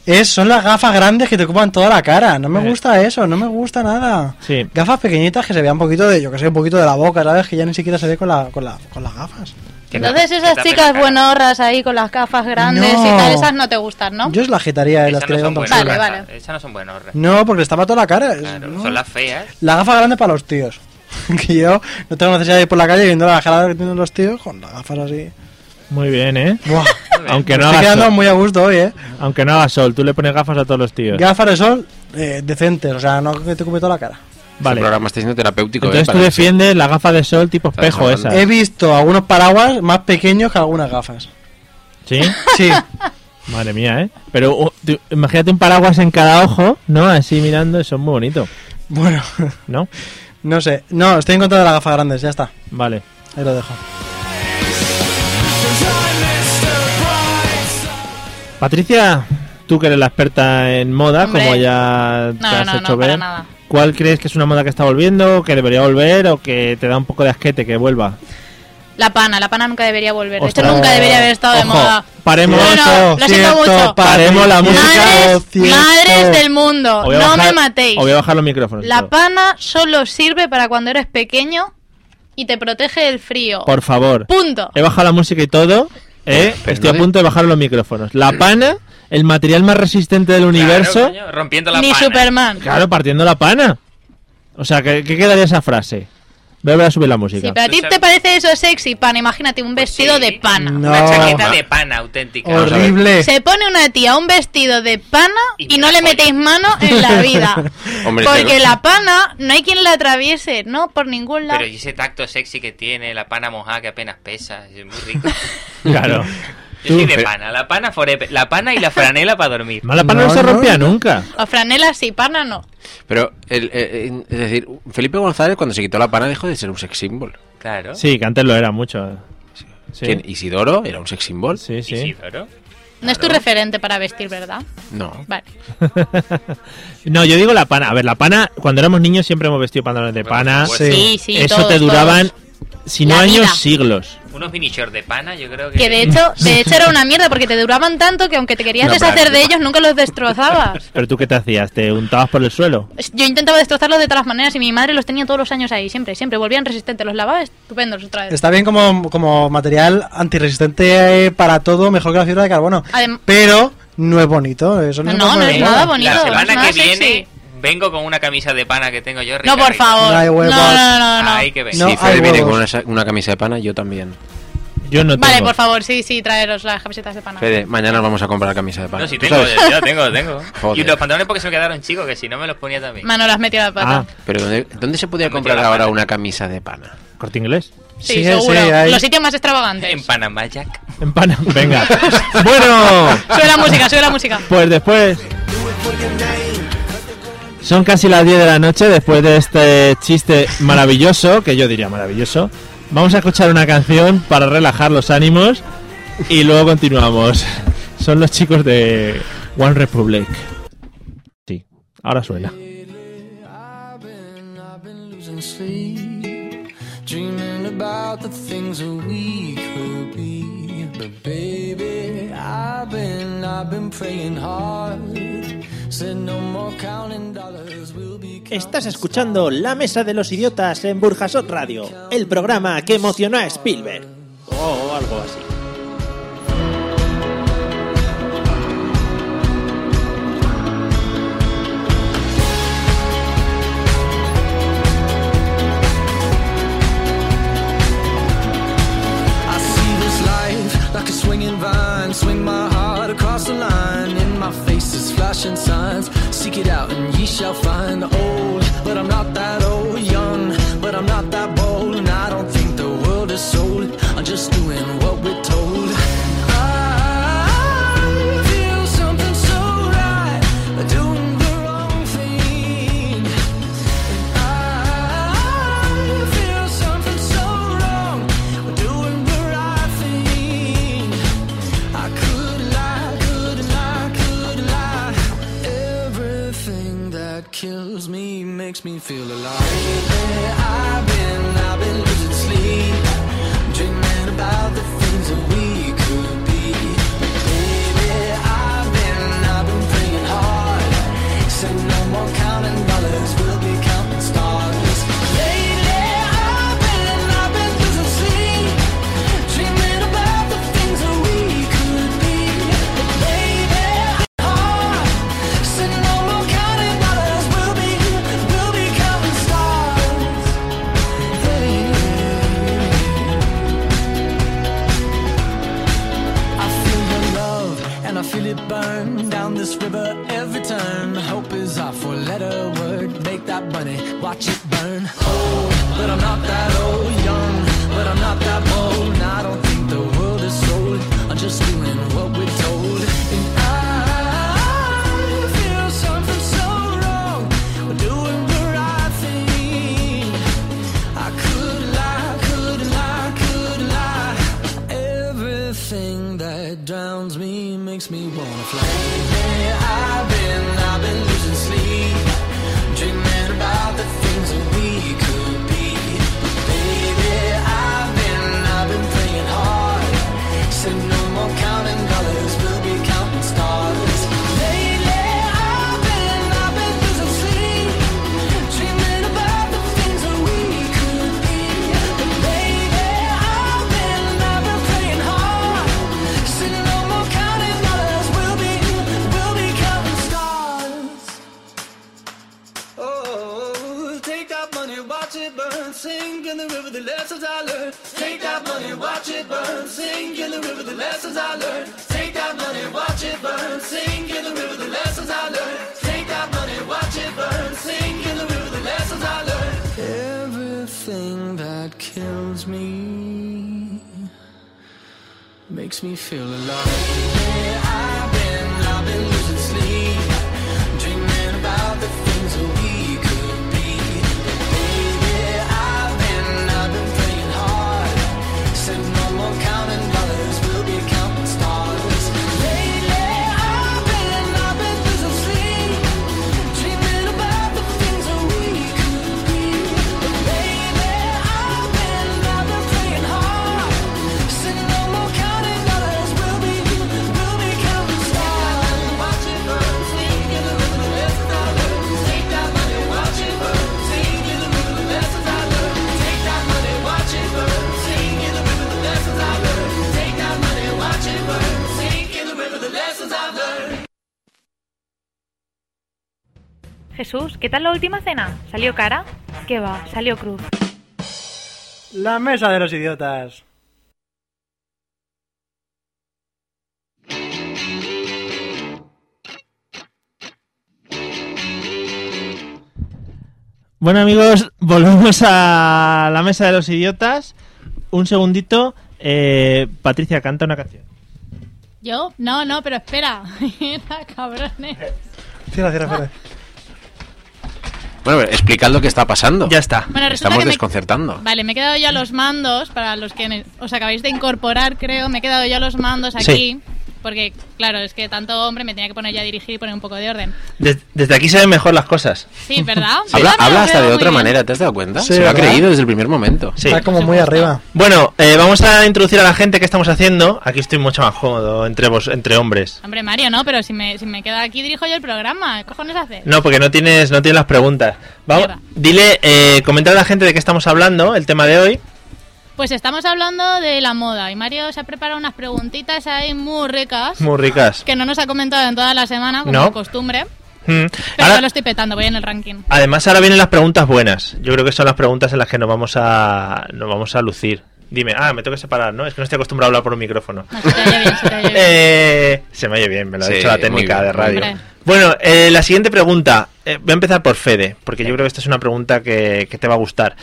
Speaker 5: es, son las gafas grandes que te ocupan toda la cara. No me
Speaker 2: Eh.
Speaker 5: gusta eso, no me gusta nada.
Speaker 2: Sí.
Speaker 5: Gafas pequeñitas que se vean un poquito de, yo que sé, un poquito de la boca, ¿sabes? Que ya ni siquiera se ve con, la, con, la- con las gafas.
Speaker 4: Entonces
Speaker 3: Que
Speaker 4: esas
Speaker 3: tapen la
Speaker 4: chicas
Speaker 3: cara.
Speaker 4: buenorras ahí con las gafas grandes y
Speaker 5: No.
Speaker 4: tal, esas no te gustan, ¿no?
Speaker 5: Yo es la
Speaker 2: Eh,
Speaker 5: jetaría de las
Speaker 3: Esas
Speaker 5: que
Speaker 3: no
Speaker 5: le
Speaker 3: son
Speaker 5: dan
Speaker 3: buenas.
Speaker 4: Vale,
Speaker 5: tan-
Speaker 4: vale.
Speaker 3: Esas no son buenas.
Speaker 5: No, porque les tapa toda la cara. es-
Speaker 3: Claro,
Speaker 5: no.
Speaker 3: son las feas.
Speaker 5: La gafa grande para los tíos. que yo no tengo necesidad de ir por la calle viendo la cara que tienen los tíos con las gafas así.
Speaker 2: Muy bien, ¿eh?
Speaker 5: Buah.
Speaker 2: Aunque
Speaker 5: Me
Speaker 2: no,
Speaker 5: estoy
Speaker 2: haga
Speaker 5: quedando
Speaker 2: sol,
Speaker 5: muy a gusto hoy, eh.
Speaker 2: aunque no haga sol, tú le pones gafas a todos los tíos.
Speaker 5: Gafas de sol eh, decentes, o sea, no que te cubre toda la cara.
Speaker 6: El
Speaker 2: Vale.
Speaker 6: programa está siendo terapéutico.
Speaker 2: Entonces
Speaker 6: ¿eh?
Speaker 2: tú
Speaker 6: Para-
Speaker 2: defiendes la gafa de sol tipo
Speaker 6: Estás
Speaker 2: espejo esa.
Speaker 6: hablando.
Speaker 5: He visto algunos paraguas más pequeños que algunas gafas.
Speaker 2: ¿Sí?
Speaker 5: Sí,
Speaker 2: Madre mía, ¿eh? Pero uh, tú- imagínate un paraguas en cada ojo, ¿no? Así mirando, eso es muy bonito,
Speaker 5: bueno,
Speaker 2: ¿no?
Speaker 5: no sé. No, estoy en contra de las gafas grandes, ya está.
Speaker 2: Vale.
Speaker 5: Ahí lo dejo.
Speaker 2: Patricia, tú que eres la experta en moda,
Speaker 4: Hombre.
Speaker 2: como ya te
Speaker 4: No,
Speaker 2: has
Speaker 4: no,
Speaker 2: hecho
Speaker 4: no, para
Speaker 2: ver,
Speaker 4: nada.
Speaker 2: ¿cuál crees que es una moda que está volviendo, que debería volver o que te da un poco de asquete que vuelva?
Speaker 4: La pana, la pana nunca debería volver. De hecho,
Speaker 2: Ostras.
Speaker 4: nunca debería haber estado de
Speaker 2: Ojo,
Speaker 4: moda.
Speaker 2: Paremos.
Speaker 4: Bueno, lo siento mucho.
Speaker 2: Paremos la
Speaker 5: Cierto,
Speaker 2: música.
Speaker 4: Madres,
Speaker 5: cierto.
Speaker 4: madres del mundo,
Speaker 2: Os voy a
Speaker 4: no
Speaker 2: bajar-
Speaker 4: me matéis.
Speaker 2: os voy a bajar los micrófonos.
Speaker 4: La
Speaker 2: tío.
Speaker 4: pana solo sirve para cuando eres pequeño y te protege del frío.
Speaker 2: Por favor.
Speaker 4: Punto.
Speaker 2: He bajado la música y todo.
Speaker 3: Pues,
Speaker 2: ¿eh?
Speaker 6: Pero
Speaker 2: Estoy
Speaker 6: no
Speaker 2: a
Speaker 6: di-
Speaker 2: punto de bajar los micrófonos. La pana, el material más resistente del universo.
Speaker 3: Claro, coño, rompiendo la
Speaker 4: Ni
Speaker 3: pana.
Speaker 4: Superman.
Speaker 2: Claro, partiendo la pana. O sea, ¿qué, qué quedaría esa frase? Voy a volver a subir la música.
Speaker 4: Si para ti te parece eso sexy, pana, imagínate un vestido
Speaker 3: Pues sí.
Speaker 4: de pana.
Speaker 5: No.
Speaker 3: Una chaqueta de pana auténtica.
Speaker 6: Vamos a ver.
Speaker 5: Horrible.
Speaker 4: Se pone una tía un vestido de pana
Speaker 3: Y
Speaker 4: y,
Speaker 3: me
Speaker 4: no
Speaker 3: la
Speaker 4: le
Speaker 3: follo.
Speaker 4: metéis mano en la vida.
Speaker 6: Hombre,
Speaker 4: Porque
Speaker 6: pero-
Speaker 4: la pana no hay quien la atraviese, no por ningún lado.
Speaker 3: Pero y ese tacto sexy que tiene, la pana mojada que apenas pesa, es muy rico.
Speaker 2: Claro.
Speaker 3: Yo soy de
Speaker 6: Tú-
Speaker 3: pana, la pana forever, la pana y la franela para dormir.
Speaker 2: No, la pana no,
Speaker 5: No,
Speaker 2: se
Speaker 5: no.
Speaker 2: rompía nunca.
Speaker 4: O franela sí, pana no.
Speaker 6: Pero, el- eh, eh, es decir, Felipe González cuando se quitó la pana dejó de ser un sex symbol.
Speaker 3: Claro.
Speaker 2: Sí, que antes lo era mucho. Sí,
Speaker 6: ¿Quién? ¿Isidoro era un sex symbol?
Speaker 2: sí.
Speaker 3: Y
Speaker 2: sí.
Speaker 3: Isidoro.
Speaker 4: No es tu referente para vestir, ¿verdad?
Speaker 6: No.
Speaker 4: Vale.
Speaker 2: No, yo digo la pana. A ver, la pana, cuando éramos niños siempre hemos vestido pantalones de
Speaker 3: Bueno,
Speaker 2: pana.
Speaker 3: por
Speaker 5: Sí.
Speaker 3: supuesto.
Speaker 4: Sí, sí,
Speaker 2: Eso
Speaker 4: todos,
Speaker 2: te duraban,
Speaker 4: todos.
Speaker 2: si no
Speaker 4: La
Speaker 2: años,
Speaker 4: vida.
Speaker 2: siglos.
Speaker 3: Unos mini shorts de pana, yo creo que.
Speaker 4: Que de hecho, de hecho era una mierda porque te duraban tanto que aunque te querías
Speaker 6: No, pero-
Speaker 4: deshacer de ellos nunca los destrozabas.
Speaker 2: Pero tú qué te hacías? ¿Te untabas por el suelo?
Speaker 4: Yo intentaba destrozarlos de todas las maneras y mi madre los tenía todos los años ahí, siempre, siempre. Volvían resistentes, los lavaba estupendos otra vez.
Speaker 5: Está bien como, como material antiresistente eh, para todo, mejor que la fibra de carbono.
Speaker 4: Adem-
Speaker 5: Pero no es bonito. Eso no, se
Speaker 4: No,
Speaker 5: puede
Speaker 4: no
Speaker 5: poner
Speaker 4: es
Speaker 5: de moda.
Speaker 4: nada bonito.
Speaker 3: La
Speaker 4: no es
Speaker 3: semana
Speaker 4: nada
Speaker 3: que
Speaker 4: sexy.
Speaker 3: viene vengo con una camisa de pana que tengo yo.
Speaker 4: No,
Speaker 3: rica,
Speaker 4: por
Speaker 3: rica.
Speaker 4: favor.
Speaker 5: No hay
Speaker 4: No,
Speaker 5: huevos.
Speaker 4: no, no, no.
Speaker 3: Ay, que ven.
Speaker 5: No,
Speaker 6: si
Speaker 5: hay
Speaker 6: Fede viene
Speaker 5: huevos.
Speaker 6: con una, sa- una camisa de pana, yo también.
Speaker 2: Yo no
Speaker 4: Vale,
Speaker 2: tengo.
Speaker 4: por favor, sí, sí, traeros las camisetas de pana.
Speaker 6: Fede, mañana vamos a comprar camisa de pana.
Speaker 3: No, si
Speaker 6: ¿Tú
Speaker 3: tengo,
Speaker 6: sabes?
Speaker 3: yo tengo, tengo.
Speaker 6: Joder.
Speaker 3: Y los pantalones porque se me quedaron chicos, que si no me los ponía también.
Speaker 4: Mano, las metió la pata.
Speaker 2: Ah,
Speaker 6: Pero ¿dónde, dónde se podría
Speaker 3: Me metió
Speaker 6: comprar
Speaker 3: la
Speaker 6: ahora
Speaker 3: pana.
Speaker 6: una camisa de pana?
Speaker 2: corte inglés.
Speaker 4: sí,
Speaker 5: sí,
Speaker 4: seguro.
Speaker 5: sí, hay-
Speaker 4: Los sitios más
Speaker 3: En
Speaker 4: extravagantes.
Speaker 3: Panamá, Jack.
Speaker 2: En pana. Venga. bueno,
Speaker 4: Sube la música, sube la música.
Speaker 2: pues después. Son casi las 10 de la noche después de este chiste maravilloso, que yo diría maravilloso. Vamos a escuchar una canción para relajar los ánimos y luego continuamos. Son los chicos de One Republic. Sí, ahora suena.
Speaker 7: dreaming about the things that we could be. But baby, I've been, I've been praying hard. Said no more counting dollars, we'll be
Speaker 8: Estás escuchando La Mesa de los Idiotas en Burjasot Radio, el programa que emocionó a Spielberg. O algo así.
Speaker 7: I see this life like a swinging vine. Swing my heart across the line. In my face is flashing signs. Seek it out and ye shall find. Old, but I'm not that old. Young, but I'm not that bold. And I don't think the world is sold. I'm just doing what we're told. I feel something so right, doing the wrong thing. I feel something so wrong, doing the right thing. I could lie, could lie, could lie. Everything that kills me makes me feel alive. I've been, I've been losing sleep, dreaming about the things that we could be. Baby, I've been, I've been praying hard. Said no more counting dollars, we'll be counting stars. Lately, I've been, I've been losing sleep, dreaming about the things that we could be. Baby, hard. Said no more counting dollars, we'll be, we'll be counting stars. Hey. I feel your love and I feel it burn down this river every turn. Hope is our four letter word. Make that money, watch it burn. Old, but I'm not that old. Young, but I'm not that bold. And I don't think the world is sold. I'm just doing what we're told. And I feel something so wrong. We're doing the right thing. I could lie, could lie, could lie. Everything that drowns me makes me wanna fly. Lately, I've been, I've been losing sleep, dreaming about the things that we could be. But baby, I've been, I've been praying hard. Said no more counting dollars, we'll be counting stars. Lately, I've been, I've been losing sleep, dreaming about the things that we could be. But baby, I've been, I've been praying hard. Said no more counting dollars, we'll be, we'll be counting stars. Oh, take that money, watch it burn, sink in the river, the lessons I learned. Take that money, watch it burn, sink in the river, the lessons I learned. Take that money, watch it burn, sink in the river, the lessons I learned. Take that money, watch it burn, sink in the river, the lessons I learned. Everything that kills me makes me feel alive. I've been, I've been losing sleep, dreaming about the things that we could be. But baby, I've been, I've been praying hard. Said no more counting dollars, we'll be counting stars. Lately, I've been, I've been losing sleep, dreaming about the things that we could be. But baby, I've been, I've been praying hard. Said no more counting dollars, we'll be, we'll be counting stars. Watch it burn, sink in the river, the lessons I learned. Take that money, watch it burn, sink in the river, the lessons I learned. Take that money, watch it burn, sink in the river, the lessons I learned. Take that money, watch it burn, sink in the river, the lessons I've learned.
Speaker 9: Jesús, ¿qué tal la última cena? ¿Salió cara? ¿Qué va? Salió cruz.
Speaker 5: La mesa de los idiotas.
Speaker 2: Bueno amigos, volvemos a la mesa de los idiotas. Un segundito. Eh, Patricia, canta una canción.
Speaker 4: ¿Yo? No, no, pero espera. Mira, cabrones.
Speaker 5: Cierra, cierra, cierra.
Speaker 6: Bueno, a ver, explicad lo que está pasando.
Speaker 2: Ya está.
Speaker 4: Bueno, resulta
Speaker 6: Estamos
Speaker 4: que me-
Speaker 6: desconcertando.
Speaker 4: Vale, me he quedado ya los mandos, para los que ne- os acabáis de incorporar, creo, me he quedado ya los mandos aquí. Porque, claro, es que tanto hombre me tenía que poner ya a dirigir y poner un poco de orden.
Speaker 2: Des- desde aquí se ven mejor las cosas.
Speaker 4: Sí, ¿verdad?
Speaker 6: Habla,
Speaker 4: Yo también
Speaker 6: habla
Speaker 4: lo
Speaker 6: hasta
Speaker 4: veo
Speaker 6: de
Speaker 4: muy
Speaker 6: otra
Speaker 4: bien.
Speaker 6: manera, ¿te has dado cuenta?
Speaker 2: Sí,
Speaker 6: Se lo ha
Speaker 2: ¿verdad?
Speaker 6: creído desde el primer momento.
Speaker 2: Sí.
Speaker 5: Está como muy arriba.
Speaker 2: Bueno, eh, vamos a introducir a la gente que estamos haciendo. Aquí estoy mucho más cómodo entre vos, entre hombres.
Speaker 4: Hombre, Mario, no, pero si me, si me queda aquí dirijo yo el programa. ¿Qué cojones haces?
Speaker 2: No, porque no tienes, no tienes las preguntas. Vamos,
Speaker 4: Mierda.
Speaker 2: dile, eh, comenta a la gente de qué estamos hablando, el tema de hoy.
Speaker 4: Pues estamos hablando de la moda y Mario se ha preparado unas preguntitas ahí muy ricas
Speaker 2: Muy ricas.
Speaker 4: que no nos ha comentado en toda la semana, como
Speaker 2: No.
Speaker 4: de costumbre.
Speaker 2: Mm.
Speaker 4: Pero
Speaker 2: Ahora-
Speaker 4: yo lo estoy petando, voy en el ranking.
Speaker 2: además, ahora vienen las preguntas buenas. Yo creo que son las preguntas en las que nos vamos a, nos vamos a lucir. Dime, ah, me tengo que separar, ¿no? Es que no estoy acostumbrado a hablar por un micrófono.
Speaker 4: No, se te oye bien, se te oye bien.
Speaker 2: Eh, se me oye bien, me lo ha
Speaker 6: Sí,
Speaker 2: dicho la
Speaker 6: muy
Speaker 2: técnica
Speaker 6: bien,
Speaker 2: de radio.
Speaker 4: hombre.
Speaker 2: Bueno, eh, la siguiente pregunta. eh, voy a empezar por Fede, porque yo creo que esta es una pregunta que, que te va a gustar.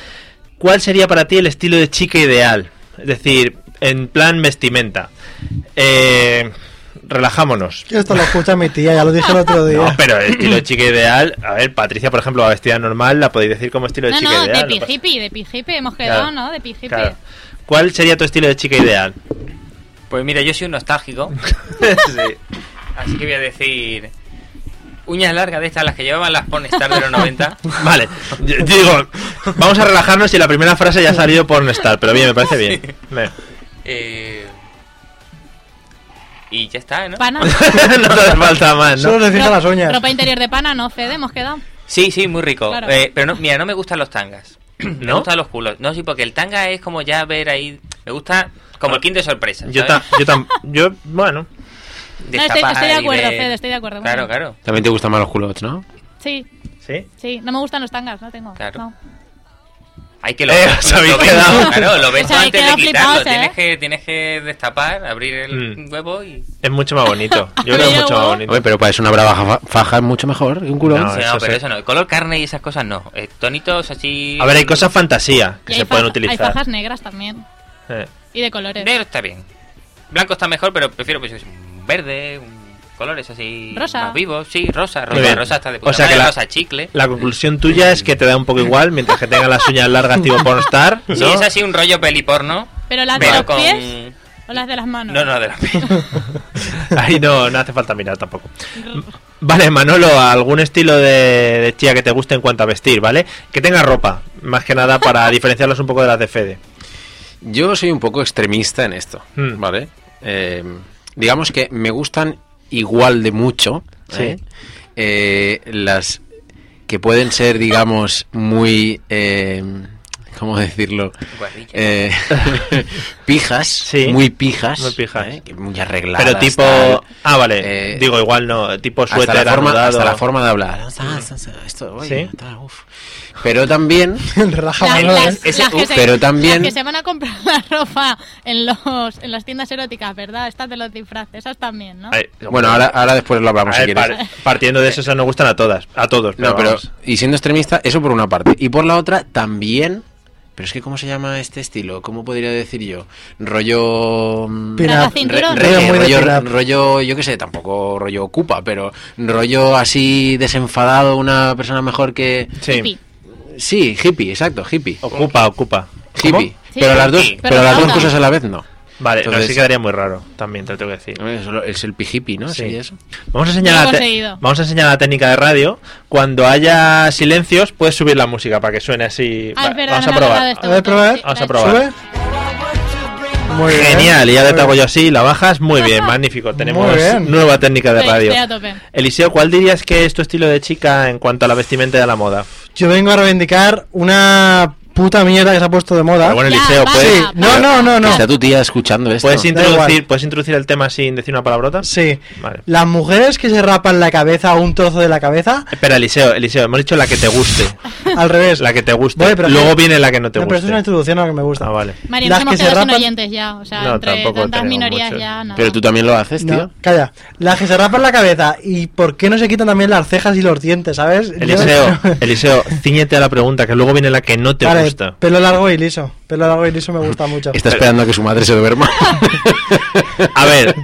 Speaker 2: ¿Cuál sería para ti el estilo de chica ideal? Es decir, en plan vestimenta. Eh, relajámonos.
Speaker 5: Que Esto lo escucha mi tía, ya lo dije el otro día.
Speaker 2: No, pero el estilo de chica ideal. A ver, Patricia, por ejemplo, va vestida normal, la podéis decir como estilo de
Speaker 4: No,
Speaker 2: chica
Speaker 4: no,
Speaker 2: ideal.
Speaker 4: de
Speaker 2: no pasa-
Speaker 4: pijipi, de pijipi hemos
Speaker 2: Claro,
Speaker 4: quedado, ¿no? De pijipi.
Speaker 2: claro. ¿Cuál sería tu estilo de chica ideal?
Speaker 3: Pues mira, yo soy un nostálgico,
Speaker 2: Sí.
Speaker 3: así que voy a decir. Uñas largas de estas, las que llevaban las Pornstar de los 90.
Speaker 2: Vale, yo- yo digo, vamos a relajarnos y la primera frase ya ha salido por no estar, pero bien, me parece bien. Bien.
Speaker 3: Eh, y ya está, ¿no?
Speaker 4: Pana.
Speaker 2: no te hace falta más,
Speaker 5: Solo
Speaker 2: ¿no?
Speaker 5: le fija
Speaker 4: Ro-
Speaker 5: las uñas.
Speaker 4: Ropa interior de pana, ¿no, Fede? Hemos quedado.
Speaker 3: Sí, sí, muy rico.
Speaker 4: Claro.
Speaker 3: Eh, pero no, mira, no me gustan los tangas. Me
Speaker 2: ¿No?
Speaker 3: gustan los culos. No, sí, porque el tanga es como ya ver ahí. Me gusta como el quinto de sorpresa.
Speaker 2: Ah, Yo, ta-
Speaker 3: ¿sabes?
Speaker 2: yo, tam- yo, bueno,
Speaker 3: De
Speaker 4: No, estoy-
Speaker 3: tapar
Speaker 4: estoy de
Speaker 3: y
Speaker 4: acuerdo,
Speaker 3: ver-
Speaker 4: Fede, estoy de acuerdo.
Speaker 3: Claro,
Speaker 4: Bueno.
Speaker 3: claro.
Speaker 6: También te gustan más los culottes, ¿no?
Speaker 4: Sí,
Speaker 2: sí.
Speaker 4: sí. No me gustan los tangas, no tengo.
Speaker 3: Claro.
Speaker 4: no.
Speaker 3: Hay que lo,
Speaker 2: Eh, os habéis
Speaker 3: lo ves-
Speaker 2: quedado.
Speaker 3: Claro, lo ves
Speaker 4: Os habéis
Speaker 3: antes de
Speaker 4: quedado
Speaker 3: quitarlo.
Speaker 4: flipados, ¿eh?
Speaker 3: Tienes, que, tienes que destapar, abrir el
Speaker 2: Mm.
Speaker 3: huevo y.
Speaker 2: Es mucho más bonito. Yo creo que es mucho más bonito.
Speaker 6: Hombre, pero para eso una brava ja- faja es mucho mejor que un culo.
Speaker 2: No,
Speaker 3: Sí,
Speaker 2: eso
Speaker 3: no, pero
Speaker 2: sí.
Speaker 3: eso no. El color carne y esas cosas no. Eh, tonitos así.
Speaker 2: A ver, hay cosas fantasía que
Speaker 4: Y
Speaker 2: se
Speaker 4: hay
Speaker 2: pueden
Speaker 4: faja- Hay
Speaker 2: utilizar.
Speaker 4: fajas negras también.
Speaker 2: Eh,
Speaker 4: Y de colores.
Speaker 3: Negro está bien. Blanco está mejor, pero prefiero pues, un verde, un- colores así.
Speaker 4: Rosa.
Speaker 3: Más vivos, sí, rosa.
Speaker 2: Muy
Speaker 3: Rosa,
Speaker 2: bien.
Speaker 3: rosa está de
Speaker 2: O
Speaker 3: puta
Speaker 2: sea que
Speaker 3: madre,
Speaker 2: la-
Speaker 3: rosa chicle.
Speaker 2: La conclusión tuya es que te da un poco igual mientras que tenga las uñas largas tipo pornstar, ¿no?
Speaker 3: Sí, es así un rollo peliporno.
Speaker 4: ¿Pero las de
Speaker 3: Pero
Speaker 4: los
Speaker 3: con.
Speaker 4: pies o las de las manos?
Speaker 3: No, no, de las pies.
Speaker 2: Ahí no, no hace falta mirar tampoco. Vale, Manolo, algún estilo de, de chía que te guste en cuanto a vestir, ¿vale? Que tenga ropa, más que nada para diferenciarlas un poco de las de Fede.
Speaker 6: Yo soy un poco extremista en esto,
Speaker 2: Mm.
Speaker 6: ¿vale? Eh, digamos que me gustan igual de mucho
Speaker 2: Sí.
Speaker 6: ¿eh? Eh, las que pueden ser, digamos, muy... eh, ¿Cómo decirlo?
Speaker 3: Guarrilla.
Speaker 6: Eh, pijas,
Speaker 2: Sí.
Speaker 6: muy pijas.
Speaker 2: Muy pijas.
Speaker 6: ¿eh? Que Muy arregladas.
Speaker 2: Pero tipo...
Speaker 6: tal.
Speaker 2: Ah, vale.
Speaker 6: Eh,
Speaker 2: digo, igual no. Tipo suéter
Speaker 6: hasta la, forma,
Speaker 2: anudado.
Speaker 6: hasta la forma de hablar. Ah, Esto, oye,
Speaker 2: Sí.
Speaker 6: tal, uf. Pero también...
Speaker 5: Relaja
Speaker 4: Las,
Speaker 5: Manolo,
Speaker 4: las-
Speaker 5: ¿eh?
Speaker 6: Ese-
Speaker 4: las que
Speaker 6: uh,
Speaker 4: se,
Speaker 6: pero también-
Speaker 4: las que se van a comprar la ropa en los en las tiendas eróticas, ¿verdad? Estas de los disfraces, esas también, ¿no?
Speaker 2: Ay,
Speaker 6: Bueno, ahora, ahora después lo hablamos
Speaker 2: a
Speaker 6: si
Speaker 2: ver,
Speaker 6: quieres.
Speaker 2: par- partiendo de eso, esas nos gustan a todas. A todos. Pero
Speaker 6: No, pero
Speaker 2: vamos.
Speaker 6: y siendo extremista, eso por una parte. Y por la otra, también. Pero es que, ¿cómo se llama este estilo? ¿Cómo podría decir yo? Rollo. mm,
Speaker 5: Pin-up.
Speaker 4: Raga cinturón.
Speaker 6: re-
Speaker 5: Rollo muy de
Speaker 6: rollo,
Speaker 5: pin-up.
Speaker 6: rollo, yo qué sé, tampoco rollo ocupa, pero rollo así desenfadado, una persona mejor que.
Speaker 2: Sí.
Speaker 4: Hippie.
Speaker 6: Sí, hippie, exacto, hippie.
Speaker 2: Ocupa, ocupa.
Speaker 6: Hippie.
Speaker 4: Sí,
Speaker 6: pero las dos,
Speaker 4: hippie.
Speaker 6: pero
Speaker 4: Pero
Speaker 6: las dos
Speaker 4: nada.
Speaker 6: cosas a la vez no.
Speaker 2: Vale, no,
Speaker 6: Entonces-
Speaker 2: así quedaría muy raro. También te lo tengo que decir.
Speaker 6: Es lo- es el hippie, ¿no?
Speaker 2: Sí.
Speaker 6: Sí, eso.
Speaker 2: Vamos a enseñar,
Speaker 4: Lo he
Speaker 2: la te-
Speaker 4: conseguido.
Speaker 2: vamos a enseñar la técnica de radio. Cuando haya silencios, puedes subir la música para que suene así.
Speaker 4: Ah,
Speaker 2: Va-
Speaker 4: es verdad,
Speaker 2: vamos
Speaker 4: no
Speaker 2: a
Speaker 4: me he acordado
Speaker 2: probar.
Speaker 4: de esto.
Speaker 5: A ver, probar.
Speaker 4: Sí,
Speaker 2: Vamos a
Speaker 4: la-
Speaker 2: probar.
Speaker 5: ¿Sube? Muy bien.
Speaker 2: Genial, y ahora te hago
Speaker 5: Muy
Speaker 2: yo así, la bajas. Muy bien, magnífico. Tenemos
Speaker 5: bien.
Speaker 2: nueva técnica de
Speaker 4: Estoy-
Speaker 2: radio.
Speaker 4: estoy a tope.
Speaker 2: Eliseo, ¿cuál dirías que es tu estilo de chica en cuanto a la vestimenta y a la moda?
Speaker 5: Yo vengo a reivindicar una puta mierda que se ha puesto de moda.
Speaker 2: Pero bueno,
Speaker 4: Ya,
Speaker 2: Eliseo,
Speaker 4: basta,
Speaker 2: ¿puedes,
Speaker 5: Sí, no, no, no, no.
Speaker 6: Está tu tía escuchando esto.
Speaker 2: ¿puedes,
Speaker 5: da
Speaker 2: introducir,
Speaker 5: igual.
Speaker 2: ¿puedes introducir el tema sin decir una palabrota?
Speaker 5: Sí.
Speaker 2: Vale.
Speaker 5: Las mujeres que se rapan la cabeza o un trozo de la cabeza,
Speaker 2: Espera, Eliseo, Eliseo, hemos dicho la que te guste.
Speaker 5: al revés.
Speaker 2: La que te guste.
Speaker 5: Voy, pero-
Speaker 2: Luego viene la que no te
Speaker 5: No,
Speaker 2: guste.
Speaker 5: pero esto es una introducción a lo que me gusta.
Speaker 2: Ah, vale.
Speaker 4: Mario,
Speaker 5: Las
Speaker 4: nos hemos
Speaker 5: que se
Speaker 4: quedado sin
Speaker 5: rapan-
Speaker 4: oyentes ya, o sea,
Speaker 2: No,
Speaker 4: entre
Speaker 2: tampoco
Speaker 4: tantas
Speaker 2: tenemos
Speaker 4: minorías
Speaker 2: mucho.
Speaker 4: ya, nada.
Speaker 6: Pero tú también lo haces,
Speaker 5: No,
Speaker 6: tío.
Speaker 5: calla. Las que se rapan la cabeza y por qué no se quitan también las cejas y los dientes, ¿sabes? Yo-
Speaker 2: Eliseo, Eliseo, ciñete a la pregunta, que luego viene la que no te
Speaker 5: Vale,
Speaker 2: gusta.
Speaker 5: Pelo largo y liso. Pelo largo y liso me gusta mucho.
Speaker 6: Está esperando a que su madre se duerma.
Speaker 2: A ver,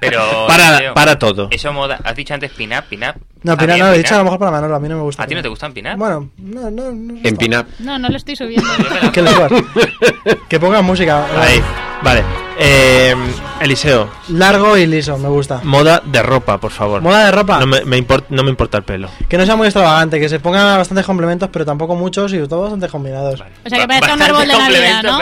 Speaker 3: Pero.
Speaker 2: para,
Speaker 3: tío,
Speaker 2: para todo.
Speaker 3: Eso moda. Has dicho antes pin-up, pin-up.
Speaker 5: No,
Speaker 3: A
Speaker 5: pero
Speaker 3: mí
Speaker 5: no,
Speaker 3: el
Speaker 2: ¿eh?
Speaker 5: he dicho
Speaker 3: pin-up-
Speaker 5: a lo mejor para Manolo, a mí no me gusta.
Speaker 3: ¿A ti no te gustan pin-up?
Speaker 5: Bueno, no, no, no.
Speaker 6: en pin-up.
Speaker 4: No, no lo estoy subiendo.
Speaker 5: Que, le suba. que ponga música.
Speaker 2: Ahí, vale. Eh, Eliseo.
Speaker 5: Largo y liso, me gusta.
Speaker 2: Moda de ropa, por favor.
Speaker 5: Moda de ropa.
Speaker 2: No me, me import- no me importa el pelo.
Speaker 5: Que no sea muy extravagante, que se pongan bastantes complementos, pero tampoco muchos y todos bastante combinados.
Speaker 4: O sea, que parezca un árbol de Navidad, ¿no?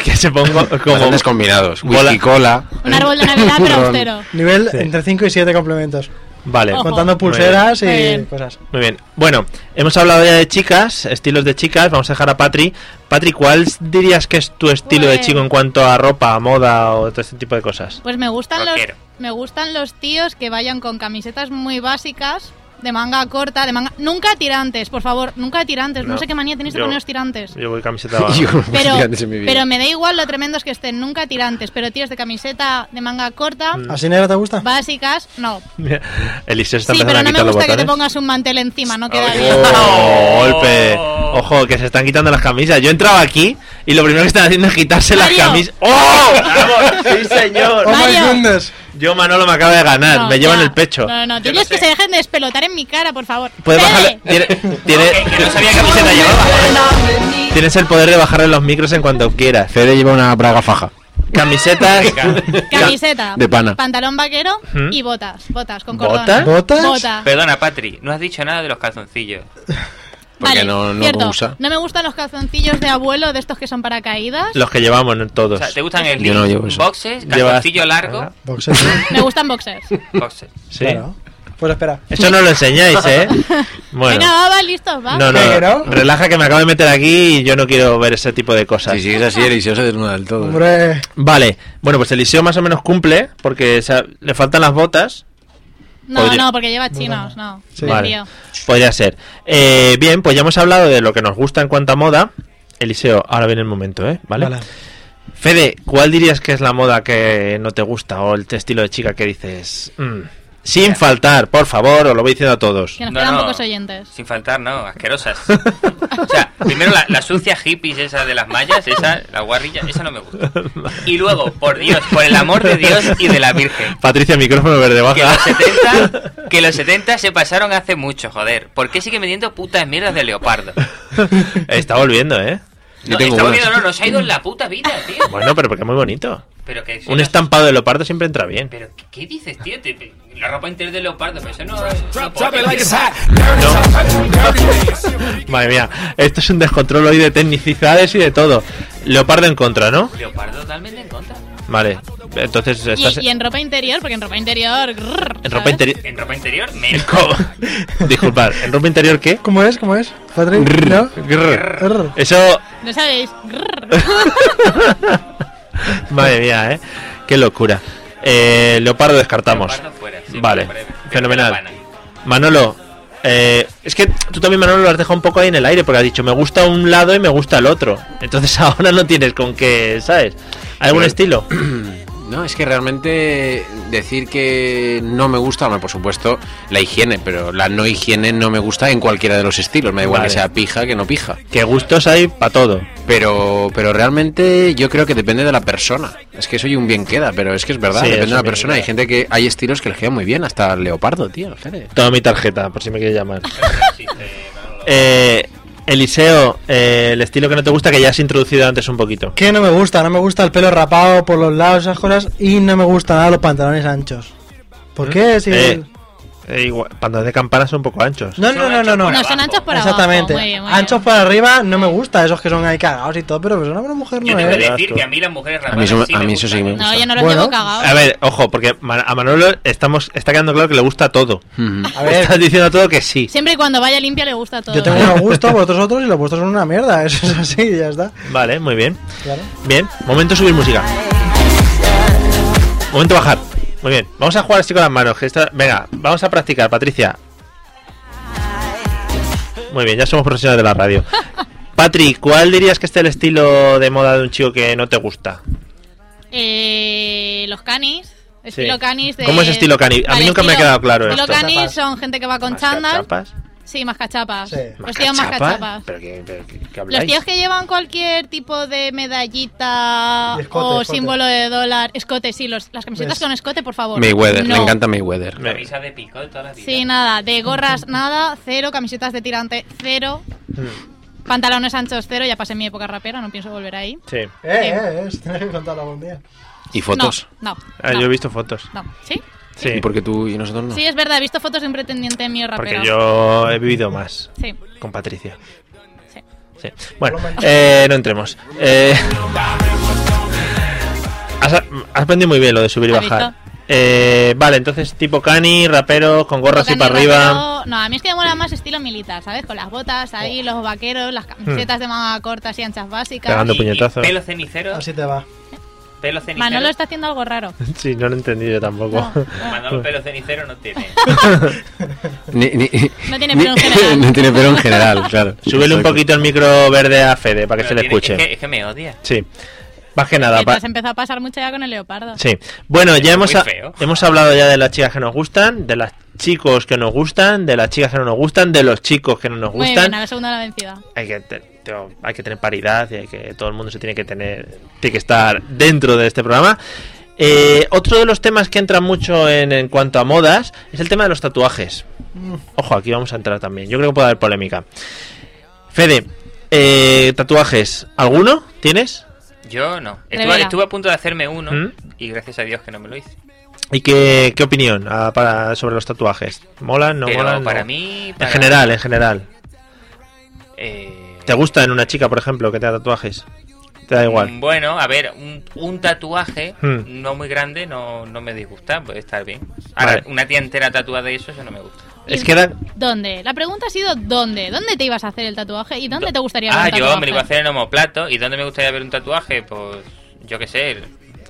Speaker 2: Que se ponga como.
Speaker 6: Bastantes combinados. Whisky, cola.
Speaker 4: Un árbol de Navidad, pero austero.
Speaker 5: Nivel
Speaker 2: Sí.
Speaker 5: entre 5 y 7 complementos. eh,
Speaker 2: Vale.
Speaker 4: Ojo.
Speaker 5: Contando
Speaker 2: Muy bien.
Speaker 5: pulseras
Speaker 4: Muy
Speaker 5: y
Speaker 4: bien.
Speaker 5: cosas.
Speaker 2: Muy bien. Bueno, hemos hablado ya de chicas, estilos de chicas. Vamos a dejar a Patri. Patri, ¿cuál dirías que es tu estilo de
Speaker 4: Pues-
Speaker 2: chico en cuanto a ropa, moda o todo este tipo de cosas?
Speaker 4: Pues me gustan los
Speaker 3: Rockero.
Speaker 4: me gustan los tíos que vayan con camisetas muy básicas, de manga corta, de manga nunca tirantes, por favor, nunca tirantes. No,
Speaker 2: No,
Speaker 4: sé qué manía tenéis de
Speaker 2: yo-
Speaker 4: poneros tirantes.
Speaker 2: Yo voy camiseta abajo.
Speaker 6: Yo con
Speaker 4: Pero,
Speaker 6: tirantes en mi vida.
Speaker 4: pero me da igual lo tremendos que estén, nunca tirantes, pero tíos de camiseta de manga corta,
Speaker 2: Mm.
Speaker 5: ¿Así negra te gusta?
Speaker 4: básicas, no.
Speaker 2: Mira, Eliseo está
Speaker 4: Sí,
Speaker 2: empezando
Speaker 4: pero
Speaker 2: a
Speaker 4: no me
Speaker 2: quitar los
Speaker 4: gusta que
Speaker 2: botones.
Speaker 4: te pongas un mantel encima, no queda bien.
Speaker 2: Oh, golpe. Ojo, que se están quitando las camisas. Yo entraba aquí y lo primero que están haciendo es quitarse
Speaker 4: Mario.
Speaker 2: las camisas. ¡Oh! ¡Vamos! ¡Sí, señor!
Speaker 5: ¡Oh, my
Speaker 4: Mario.
Speaker 5: goodness!
Speaker 2: Yo, Manolo, me acaba de ganar.
Speaker 4: No,
Speaker 2: me llevan
Speaker 4: ya.
Speaker 2: el pecho.
Speaker 4: No, no, diles que se dejen de despelotar en mi cara, por favor.
Speaker 2: Puedes
Speaker 4: Fede,
Speaker 2: bajarle. Tiene, tiene-
Speaker 3: Que- que no sabía camiseta llevaba.
Speaker 2: Tienes el poder de bajarle los micros en cuanto quieras.
Speaker 6: Fede lleva una braga faja.
Speaker 2: Camisetas.
Speaker 4: Camiseta,
Speaker 6: De pana.
Speaker 4: pantalón vaquero
Speaker 2: ¿Mm?
Speaker 4: y botas, botas con
Speaker 2: ¿Botas?
Speaker 4: cordones.
Speaker 5: ¿Botas?
Speaker 4: Botas.
Speaker 3: Perdona, Patri, no has dicho nada de los calzoncillos.
Speaker 6: Porque no- no
Speaker 4: cierto.
Speaker 6: usa.
Speaker 4: No me gustan los calzoncillos de abuelo de estos que son para caídas.
Speaker 2: Los que llevamos ¿no?
Speaker 3: O
Speaker 2: todos.
Speaker 3: sea, ¿te gustan el
Speaker 6: Yo no llevo eso.
Speaker 3: boxes,
Speaker 2: Llevas-
Speaker 3: calzoncillo largo?
Speaker 5: Boxer.
Speaker 4: Me gustan boxers.
Speaker 3: Boxes.
Speaker 2: Sí.
Speaker 5: Claro. Pues espera.
Speaker 2: Eso no lo enseñáis, ¿eh? Bueno.
Speaker 4: Venga, va, va, listos, va.
Speaker 2: No,
Speaker 5: ¿Que
Speaker 2: no,
Speaker 5: no?
Speaker 2: relaja que me acabo de meter aquí y yo no quiero ver ese tipo de cosas.
Speaker 6: Si sigues así, Eliseo se desnuda del todo.
Speaker 5: Hombre.
Speaker 2: Vale, bueno, pues Eliseo más o menos cumple, porque o sea, le faltan las botas.
Speaker 4: No,
Speaker 2: Podría-
Speaker 4: no, porque lleva chinos, no.
Speaker 5: Sí.
Speaker 4: Me
Speaker 2: Vale.
Speaker 4: lío.
Speaker 2: Podría ser. Eh, bien, pues ya hemos hablado de lo que nos gusta en cuanto a moda. Eliseo, ahora viene el momento, ¿eh? ¿Vale?
Speaker 5: Vale.
Speaker 2: Fede, ¿cuál dirías que es la moda que no te gusta o el estilo de chica que dices? mm, sin faltar, por favor, os lo voy diciendo a todos.
Speaker 4: Que nos
Speaker 3: No,
Speaker 4: quedan
Speaker 3: no.
Speaker 4: pocos oyentes.
Speaker 3: Sin faltar, no, asquerosas. o sea, primero la, la sucia hippies esa de las mallas, esa, la guarrilla, esa no me gusta. Y luego, por Dios, por el amor de Dios y de la Virgen.
Speaker 2: Patricia, micrófono verde
Speaker 3: Que los
Speaker 2: baja.
Speaker 3: 70, que los 70 se pasaron hace mucho, joder. ¿Por qué sigue vendiendo putas mierdas de leopardo?
Speaker 2: Está volviendo, ¿eh?
Speaker 6: Yo
Speaker 3: No,
Speaker 6: tengo
Speaker 3: está
Speaker 6: unas.
Speaker 3: volviendo, no, nos ha ido en la puta vida, tío.
Speaker 2: Bueno, pero porque es muy bonito.
Speaker 3: Pero que
Speaker 2: Un estampado de leopardo siempre entra bien.
Speaker 3: Pero, ¿qué, qué dices, tío? Te- te- la ropa interior de leopardo, pero eso no... no puede, tío.
Speaker 2: Madre mía, esto es un descontrol hoy de tecnicidades y de todo. Leopardo en contra, ¿no?
Speaker 3: Leopardo totalmente en contra.
Speaker 2: Vale, entonces estás
Speaker 4: Y, y en ropa interior, porque en ropa interior. grrr,
Speaker 2: en ropa
Speaker 4: ¿sabes?
Speaker 2: interior.
Speaker 3: En ropa interior, menos.
Speaker 2: Disculpad, ¿en ropa interior qué?
Speaker 5: ¿Cómo es? ¿Cómo es? ¿Patrick? ¿No?
Speaker 2: Grrr.
Speaker 5: Err.
Speaker 2: Eso,
Speaker 4: No sabéis. grrr.
Speaker 2: madre mía, ¿eh? Qué locura. Eh, leopardo descartamos.
Speaker 3: Leopardo fuera, sí,
Speaker 2: Vale,
Speaker 3: fuera, fuera.
Speaker 2: fenomenal.
Speaker 3: Fuera, pana.
Speaker 2: Manolo, eh, es que tú también, Manolo, lo has dejado un poco ahí en el aire porque has dicho me gusta un lado y me gusta el otro. Entonces ahora no tienes con qué, ¿sabes? ¿Algún
Speaker 6: Pero-
Speaker 2: estilo?
Speaker 6: No, es que realmente decir que no me gusta, bueno, por supuesto, la higiene, pero la no higiene no me gusta en cualquiera de los estilos. Me da igual
Speaker 2: Vale.
Speaker 6: que sea pija que no pija.
Speaker 2: Que gustos hay para todo.
Speaker 6: Pero, pero realmente yo creo que depende de la persona. Es que soy un bien queda, pero es que es verdad,
Speaker 2: Sí, es
Speaker 6: depende
Speaker 2: un
Speaker 6: de la
Speaker 2: bien
Speaker 6: persona.
Speaker 2: queda.
Speaker 6: Hay gente que hay estilos que le quedan muy bien, hasta el leopardo, tío. Fede.
Speaker 2: Toma mi tarjeta, por si me quieres llamar. Eh, Eliseo, eh, el estilo que no te gusta que ya has introducido antes un poquito.
Speaker 5: ¿Qué no me gusta? No me gusta el pelo rapado por los lados, esas cosas. Y no me gustan nada los pantalones anchos. ¿Por qué? Si
Speaker 2: Eh, eh, igual, pantalones de campana son un poco anchos.
Speaker 5: No, no, no, no, no.
Speaker 4: No, son anchos por abajo.
Speaker 5: Exactamente.
Speaker 4: Muy bien, muy bien.
Speaker 5: Anchos para arriba no me gusta, esos que son ahí cagados y todo, pero pues una mujer
Speaker 3: Yo
Speaker 5: no
Speaker 3: tengo que
Speaker 5: es.
Speaker 3: decir
Speaker 2: Asco.
Speaker 3: que a mí las mujeres
Speaker 6: mí
Speaker 3: rapadas
Speaker 6: eso-
Speaker 3: sí me
Speaker 6: a mí eso sí
Speaker 3: gustan.
Speaker 6: me
Speaker 4: No, yo no los
Speaker 5: Bueno.
Speaker 4: llevo cagados.
Speaker 2: A ver, ojo, porque Ma- a Manolo estamos, está quedando claro que le gusta todo.
Speaker 6: Ujú.
Speaker 5: A ver,
Speaker 2: Estás diciendo todo que sí.
Speaker 4: Siempre y cuando vaya limpia le gusta todo.
Speaker 5: yo tengo unos gustos, vosotros otros y los vuestros son una mierda. Eso es así, ya está.
Speaker 2: Vale, muy bien.
Speaker 5: Claro.
Speaker 2: Bien, momento subir música. Momento bajar. Muy bien, vamos a jugar así con las manos. que esta- Venga, vamos a practicar, Patricia. Muy bien, ya somos profesionales de la radio. Patri, ¿cuál dirías que es el estilo de moda de un chico que no te gusta?
Speaker 4: Eh, los canis. Estilo canis de...
Speaker 2: ¿Cómo es estilo cani? A mí nunca me ha quedado claro
Speaker 4: Los
Speaker 2: esto.
Speaker 4: canis
Speaker 5: Cachapas.
Speaker 4: son gente que va con chándal.
Speaker 2: ¿Chapas?
Speaker 4: Sí, mascachapas.
Speaker 5: Sí.
Speaker 4: Los tíos mascachapas.
Speaker 2: ¿Pero qué, pero qué- qué
Speaker 4: Los
Speaker 2: habláis?
Speaker 4: tíos que llevan cualquier tipo de medallita
Speaker 5: Y escote,
Speaker 4: o
Speaker 5: escote.
Speaker 4: símbolo de dólar, escote, sí, los, las camisetas
Speaker 5: Pues-
Speaker 4: con escote, por favor.
Speaker 6: Mayweather,
Speaker 4: No.
Speaker 6: me encanta Mayweather.
Speaker 2: Me-
Speaker 3: Camisa de pico de toda la vida.
Speaker 5: Mm.
Speaker 4: Sí, nada, de gorras nada, cero, camisetas de tirante, cero. Pantalones anchos cero, ya pasé mi época rapera, no pienso volver ahí.
Speaker 2: Sí.
Speaker 5: Eh, eh, eh, tienes que contarlo algún día.
Speaker 6: ¿Y fotos?
Speaker 4: No, no,
Speaker 2: Ah,
Speaker 4: no.
Speaker 2: Yo he visto fotos.
Speaker 4: No. ¿Sí?
Speaker 2: Sí.
Speaker 6: ¿Y por qué tú y nosotros no?
Speaker 4: Sí, es verdad, he visto fotos de un pretendiente mío rapero.
Speaker 2: Porque yo he vivido más
Speaker 4: Sí.
Speaker 2: con Patricia.
Speaker 4: Sí.
Speaker 2: Sí. Bueno, eh, no entremos. Eh, has, has aprendido muy bien lo de subir y
Speaker 4: ¿Has
Speaker 2: bajar. Eh, vale, entonces tipo cani, rapero, con gorra así
Speaker 4: Tocando
Speaker 2: para
Speaker 4: el
Speaker 2: arriba.
Speaker 4: rapero- No, a mí es que me mola más estilo militar, ¿sabes? Con las botas
Speaker 2: Oh.
Speaker 4: ahí, los vaqueros, las camisetas de manga cortas y anchas básicas.
Speaker 2: Hmm. Pegando puñetazos.
Speaker 3: Pelo cenicero. Así
Speaker 5: te va.
Speaker 3: Pelo cenicero.
Speaker 4: Ah, Manolo está haciendo algo raro.
Speaker 2: Sí, no lo he entendido yo tampoco. Ah.
Speaker 3: Manolo pelo cenicero no tiene.
Speaker 6: Ni- ni-
Speaker 4: No tiene pelo en general.
Speaker 6: no tiene pelo en general, claro.
Speaker 2: Súbele un
Speaker 6: Exacto.
Speaker 2: poquito el micro verde a Fede para que se le
Speaker 3: tiene-
Speaker 2: escuche.
Speaker 3: es que- es que me odia.
Speaker 2: Sí. Más que nada.
Speaker 4: Que te
Speaker 2: pa-
Speaker 4: has empezado a pasar mucho ya con el leopardo.
Speaker 2: Sí. Bueno, ya hemos,
Speaker 3: muy
Speaker 2: ha-
Speaker 3: feo.
Speaker 2: hemos hablado ya de las chicas que nos gustan, de los chicos que nos gustan, de las chicas que no nos gustan, de los chicos que no nos
Speaker 4: Muy
Speaker 2: gustan.
Speaker 4: bien, a la segunda la vencida.
Speaker 2: hay que, te- te- hay que tener paridad y hay que todo el mundo se tiene que tener tiene que estar dentro de este programa Eh, otro de los temas que entra mucho en, en cuanto a modas es el tema de los tatuajes ojo aquí vamos a entrar también yo creo que puede haber polémica Fede eh, tatuajes alguno tienes
Speaker 3: Yo no. Estuve,
Speaker 4: Revela.
Speaker 3: estuve a punto de hacerme uno
Speaker 2: ¿Mm?
Speaker 3: y gracias a Dios que no me lo hice.
Speaker 2: y qué, qué opinión ah, para sobre los tatuajes molan no
Speaker 3: Pero
Speaker 2: molan
Speaker 3: para
Speaker 2: No.
Speaker 3: mí.
Speaker 2: en
Speaker 3: para-
Speaker 2: general en general
Speaker 3: eh,
Speaker 2: te gusta en una chica por ejemplo que te da tatuajes te da igual
Speaker 3: mm, Bueno, a ver, un, un tatuaje
Speaker 2: Hmm.
Speaker 3: no muy grande no, no me disgusta, puede estar bien. Ahora,
Speaker 2: Vale.
Speaker 3: una tía entera tatuada de eso, eso no me gusta.
Speaker 2: es que da-
Speaker 4: ¿Dónde? La pregunta ha sido ¿dónde? ¿Dónde te ibas a hacer el tatuaje y dónde te gustaría ver
Speaker 3: Ah,
Speaker 4: un tatuaje?
Speaker 3: yo me lo iba a hacer en homoplato. ¿Y dónde me gustaría ver un tatuaje? Pues, yo qué sé. el-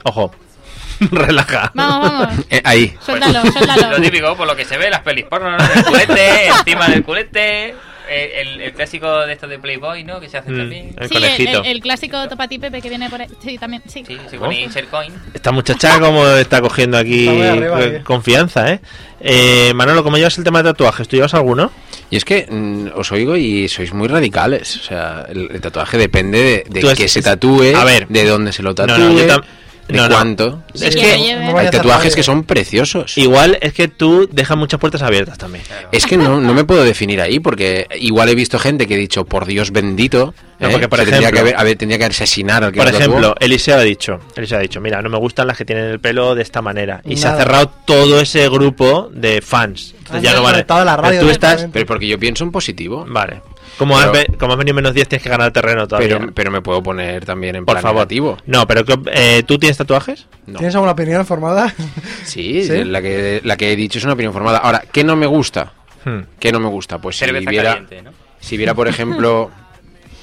Speaker 2: ojo relaja
Speaker 4: Vamos, vamos.
Speaker 6: Eh, ahí.
Speaker 4: Suéltalo,
Speaker 3: pues,
Speaker 4: suéltalo.
Speaker 3: Lo típico, por lo que se ve, las pelis porno, ¿no? el culete, encima del culete. eh, El, el clásico de estos de Playboy, ¿no? Que se hacen
Speaker 2: Mm,
Speaker 3: también.
Speaker 2: el
Speaker 4: sí,
Speaker 2: conejito.
Speaker 4: El, el clásico Topati Pepe que viene por ahí. Sí, también. Sí.
Speaker 3: Sí, se pone insert coin.
Speaker 2: Esta muchacha como está cogiendo aquí
Speaker 5: Está muy arriba,
Speaker 2: eh,
Speaker 5: eh.
Speaker 2: confianza, ¿eh? ¿eh? Manolo, ¿cómo llevas el tema de tatuajes? ¿Tú llevas alguno?
Speaker 6: Y es que mm, os oigo y sois muy radicales. O sea, el, el tatuaje depende de,
Speaker 2: Tú
Speaker 6: de
Speaker 2: es-
Speaker 6: que se
Speaker 2: es-
Speaker 6: tatúe,
Speaker 2: a ver.
Speaker 6: de dónde se lo
Speaker 2: No, no,
Speaker 6: tatúe,
Speaker 2: yo tam-
Speaker 6: de
Speaker 2: no, no.
Speaker 6: cuánto.
Speaker 4: Sí,
Speaker 2: es
Speaker 4: que
Speaker 2: que
Speaker 4: lo lleve.
Speaker 5: no vaya
Speaker 6: Hay
Speaker 5: a hacer
Speaker 6: tatuajes
Speaker 5: nadie.
Speaker 6: que son preciosos.
Speaker 2: Igual es que tú dejas muchas puertas abiertas también.
Speaker 6: Es que no, no me puedo definir ahí, porque igual he visto gente que he dicho, por Dios bendito,
Speaker 2: No,
Speaker 6: ¿eh?
Speaker 2: porque, por
Speaker 6: Se tendría,
Speaker 2: ejemplo-
Speaker 6: que haber, haber- tendría que asesinar al que
Speaker 2: Por
Speaker 6: lo tatuó.
Speaker 2: ejemplo, Eliseo ha dicho, Eliseo ha dicho, mira, no me gustan las que tienen el pelo de esta manera. Y se ha
Speaker 5: Nada.
Speaker 2: cerrado todo ese grupo de fans. Entonces
Speaker 5: Han
Speaker 2: ya no van a...
Speaker 5: desconectado la
Speaker 2: Pero
Speaker 5: radio
Speaker 2: tú estás...
Speaker 5: directamente.
Speaker 6: Pero porque yo pienso en positivo.
Speaker 2: Vale. Como,
Speaker 6: Pero-
Speaker 2: has, ve- como has venido menos 10 tienes que ganar terreno todavía.
Speaker 6: Pero, pero me puedo poner también en
Speaker 2: por
Speaker 6: plan
Speaker 2: favor.
Speaker 6: negativo.
Speaker 2: No, pero ¿qué op- eh, ¿tú tienes tatuajes?
Speaker 6: No.
Speaker 5: ¿Tienes alguna opinión formada?
Speaker 6: Sí,
Speaker 5: ¿Sí?
Speaker 6: La, que, la que he dicho es una opinión formada. Ahora, ¿qué no me gusta?
Speaker 2: Hmm.
Speaker 6: ¿Qué no me gusta? Pues si
Speaker 3: Cerveza
Speaker 6: viera,
Speaker 3: caliente, ¿no?
Speaker 6: si viera, por ejemplo...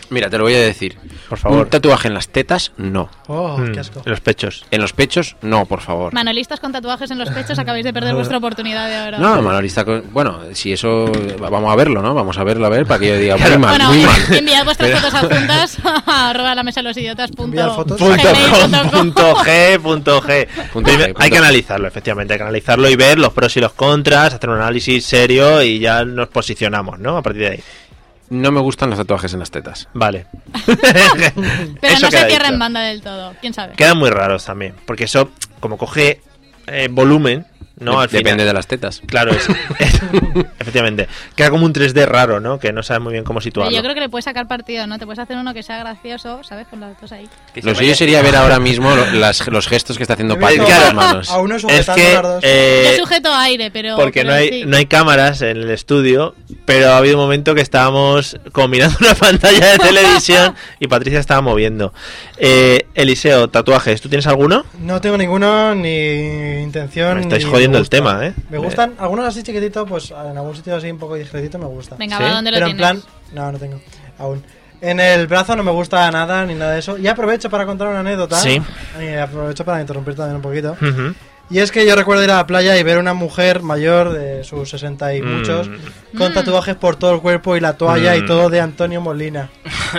Speaker 6: Mira, te lo voy a decir.
Speaker 2: Por favor.
Speaker 6: Un tatuaje en las tetas, no.
Speaker 5: Oh,
Speaker 2: Hmm.
Speaker 5: qué asco.
Speaker 2: En los pechos.
Speaker 6: En los pechos, no, por favor.
Speaker 4: Manolistas con tatuajes en los pechos, acabáis de perder vuestra oportunidad de ahora.
Speaker 6: No, Manolista, con- bueno, si eso vamos a verlo, ¿no? Vamos a verlo a ver para que yo diga muy mal,
Speaker 4: bueno,
Speaker 6: muy mal.
Speaker 4: eh, enviad vuestras fotos adjuntas a arroba la mesa de los idiotas.
Speaker 5: Enviar fotos.
Speaker 2: punto com,
Speaker 4: gmail.com.
Speaker 2: punto g punto g
Speaker 6: Punto
Speaker 2: Primer-
Speaker 6: G, punto
Speaker 2: hay que
Speaker 6: G.
Speaker 2: analizarlo efectivamente hay que analizarlo y ver los pros y los contras hacer un análisis serio y ya nos posicionamos no a partir de ahí
Speaker 6: No me gustan los tatuajes en las tetas.
Speaker 2: vale
Speaker 4: Pero
Speaker 2: Eso
Speaker 4: no se
Speaker 2: queda
Speaker 4: cierra en
Speaker 2: dicho.
Speaker 4: banda del todo. ¿Quién sabe?
Speaker 2: quedan muy raros también porque eso como coge eh, volumen no
Speaker 6: Dep-
Speaker 2: al final-
Speaker 6: Depende de las tetas.
Speaker 2: claro es- es- efectivamente queda como un 3D raro no que no sabes muy bien cómo
Speaker 4: Pero
Speaker 2: situarlo
Speaker 4: yo creo que le puedes sacar partido, ¿no? Te puedes hacer uno que sea gracioso, ¿sabes? Con las dos ahí.
Speaker 3: Que se
Speaker 6: Lo
Speaker 3: vaya-
Speaker 6: suyo sería ver ahora mismo lo- las- los gestos que está haciendo
Speaker 5: Me
Speaker 6: Patri con
Speaker 2: viene
Speaker 6: las
Speaker 2: todo-
Speaker 6: manos.
Speaker 5: A uno
Speaker 2: es
Speaker 5: sujetando
Speaker 2: que
Speaker 5: las dos.
Speaker 2: eh,
Speaker 4: Yo sujeto aire, pero.
Speaker 2: porque
Speaker 4: pero
Speaker 2: no hay,
Speaker 4: sí.
Speaker 2: no hay cámaras en el estudio, pero ha habido un momento que estábamos combinando una pantalla de televisión y Patricia estaba moviendo. Eh, Eliseo, tatuajes, ¿tú tienes alguno?
Speaker 5: No tengo ninguno, ni intención.
Speaker 2: Me estáis
Speaker 5: ni
Speaker 2: jodiendo
Speaker 5: me
Speaker 2: el
Speaker 5: gusta.
Speaker 2: tema, ¿eh?
Speaker 5: Me gustan, algunos así chiquititos, pues en algún sitio así un poco discretito me gusta.
Speaker 4: Venga,
Speaker 2: ¿Sí?
Speaker 4: va, ¿dónde lo
Speaker 5: Pero en
Speaker 4: tienes?
Speaker 5: plan, no, no tengo, aún. En el brazo no me gusta nada ni nada de eso. Y aprovecho para contar una anécdota.
Speaker 2: Sí.
Speaker 5: Y aprovecho para interrumpir también un poquito. Y es que yo recuerdo ir a la playa y ver una mujer mayor de sus 60 y muchos
Speaker 4: Mm.
Speaker 5: con tatuajes por todo el cuerpo y la toalla y
Speaker 2: Mm.
Speaker 5: todo de Antonio Molina.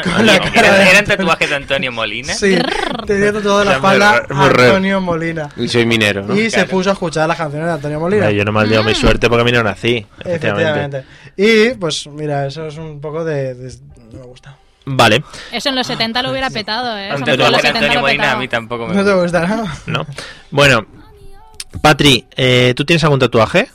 Speaker 5: Con la
Speaker 3: Oye,
Speaker 5: cara
Speaker 3: ¿Eran,
Speaker 5: de
Speaker 3: eran tatuajes de Antonio Molina?
Speaker 5: Sí, tenía tatuado en la
Speaker 2: Ya, muy
Speaker 5: espalda
Speaker 2: raro, muy raro.
Speaker 5: Antonio Molina.
Speaker 6: Y Soy minero, ¿no?
Speaker 5: Y se puso a escuchar las canciones de Antonio Molina.
Speaker 2: Ay, yo no maldeo
Speaker 4: Mm.
Speaker 2: mi suerte porque a mí no nací, efectivamente.
Speaker 5: Efectivamente. Y pues mira, eso es un poco de, de- no me gusta.
Speaker 2: Vale,
Speaker 4: Eso en
Speaker 2: Ah,
Speaker 4: los 70 lo hubiera petado, ¿eh? Eso
Speaker 3: Un
Speaker 4: en los
Speaker 3: tatuaje de
Speaker 4: 70
Speaker 3: Antonio
Speaker 4: lo
Speaker 3: Molina a
Speaker 4: petaba.
Speaker 3: mí tampoco me
Speaker 5: No te
Speaker 3: gusta.
Speaker 5: gusta, ¿no?
Speaker 2: ¿no? Bueno, Patri, eh, ¿tú tienes algún tatuaje?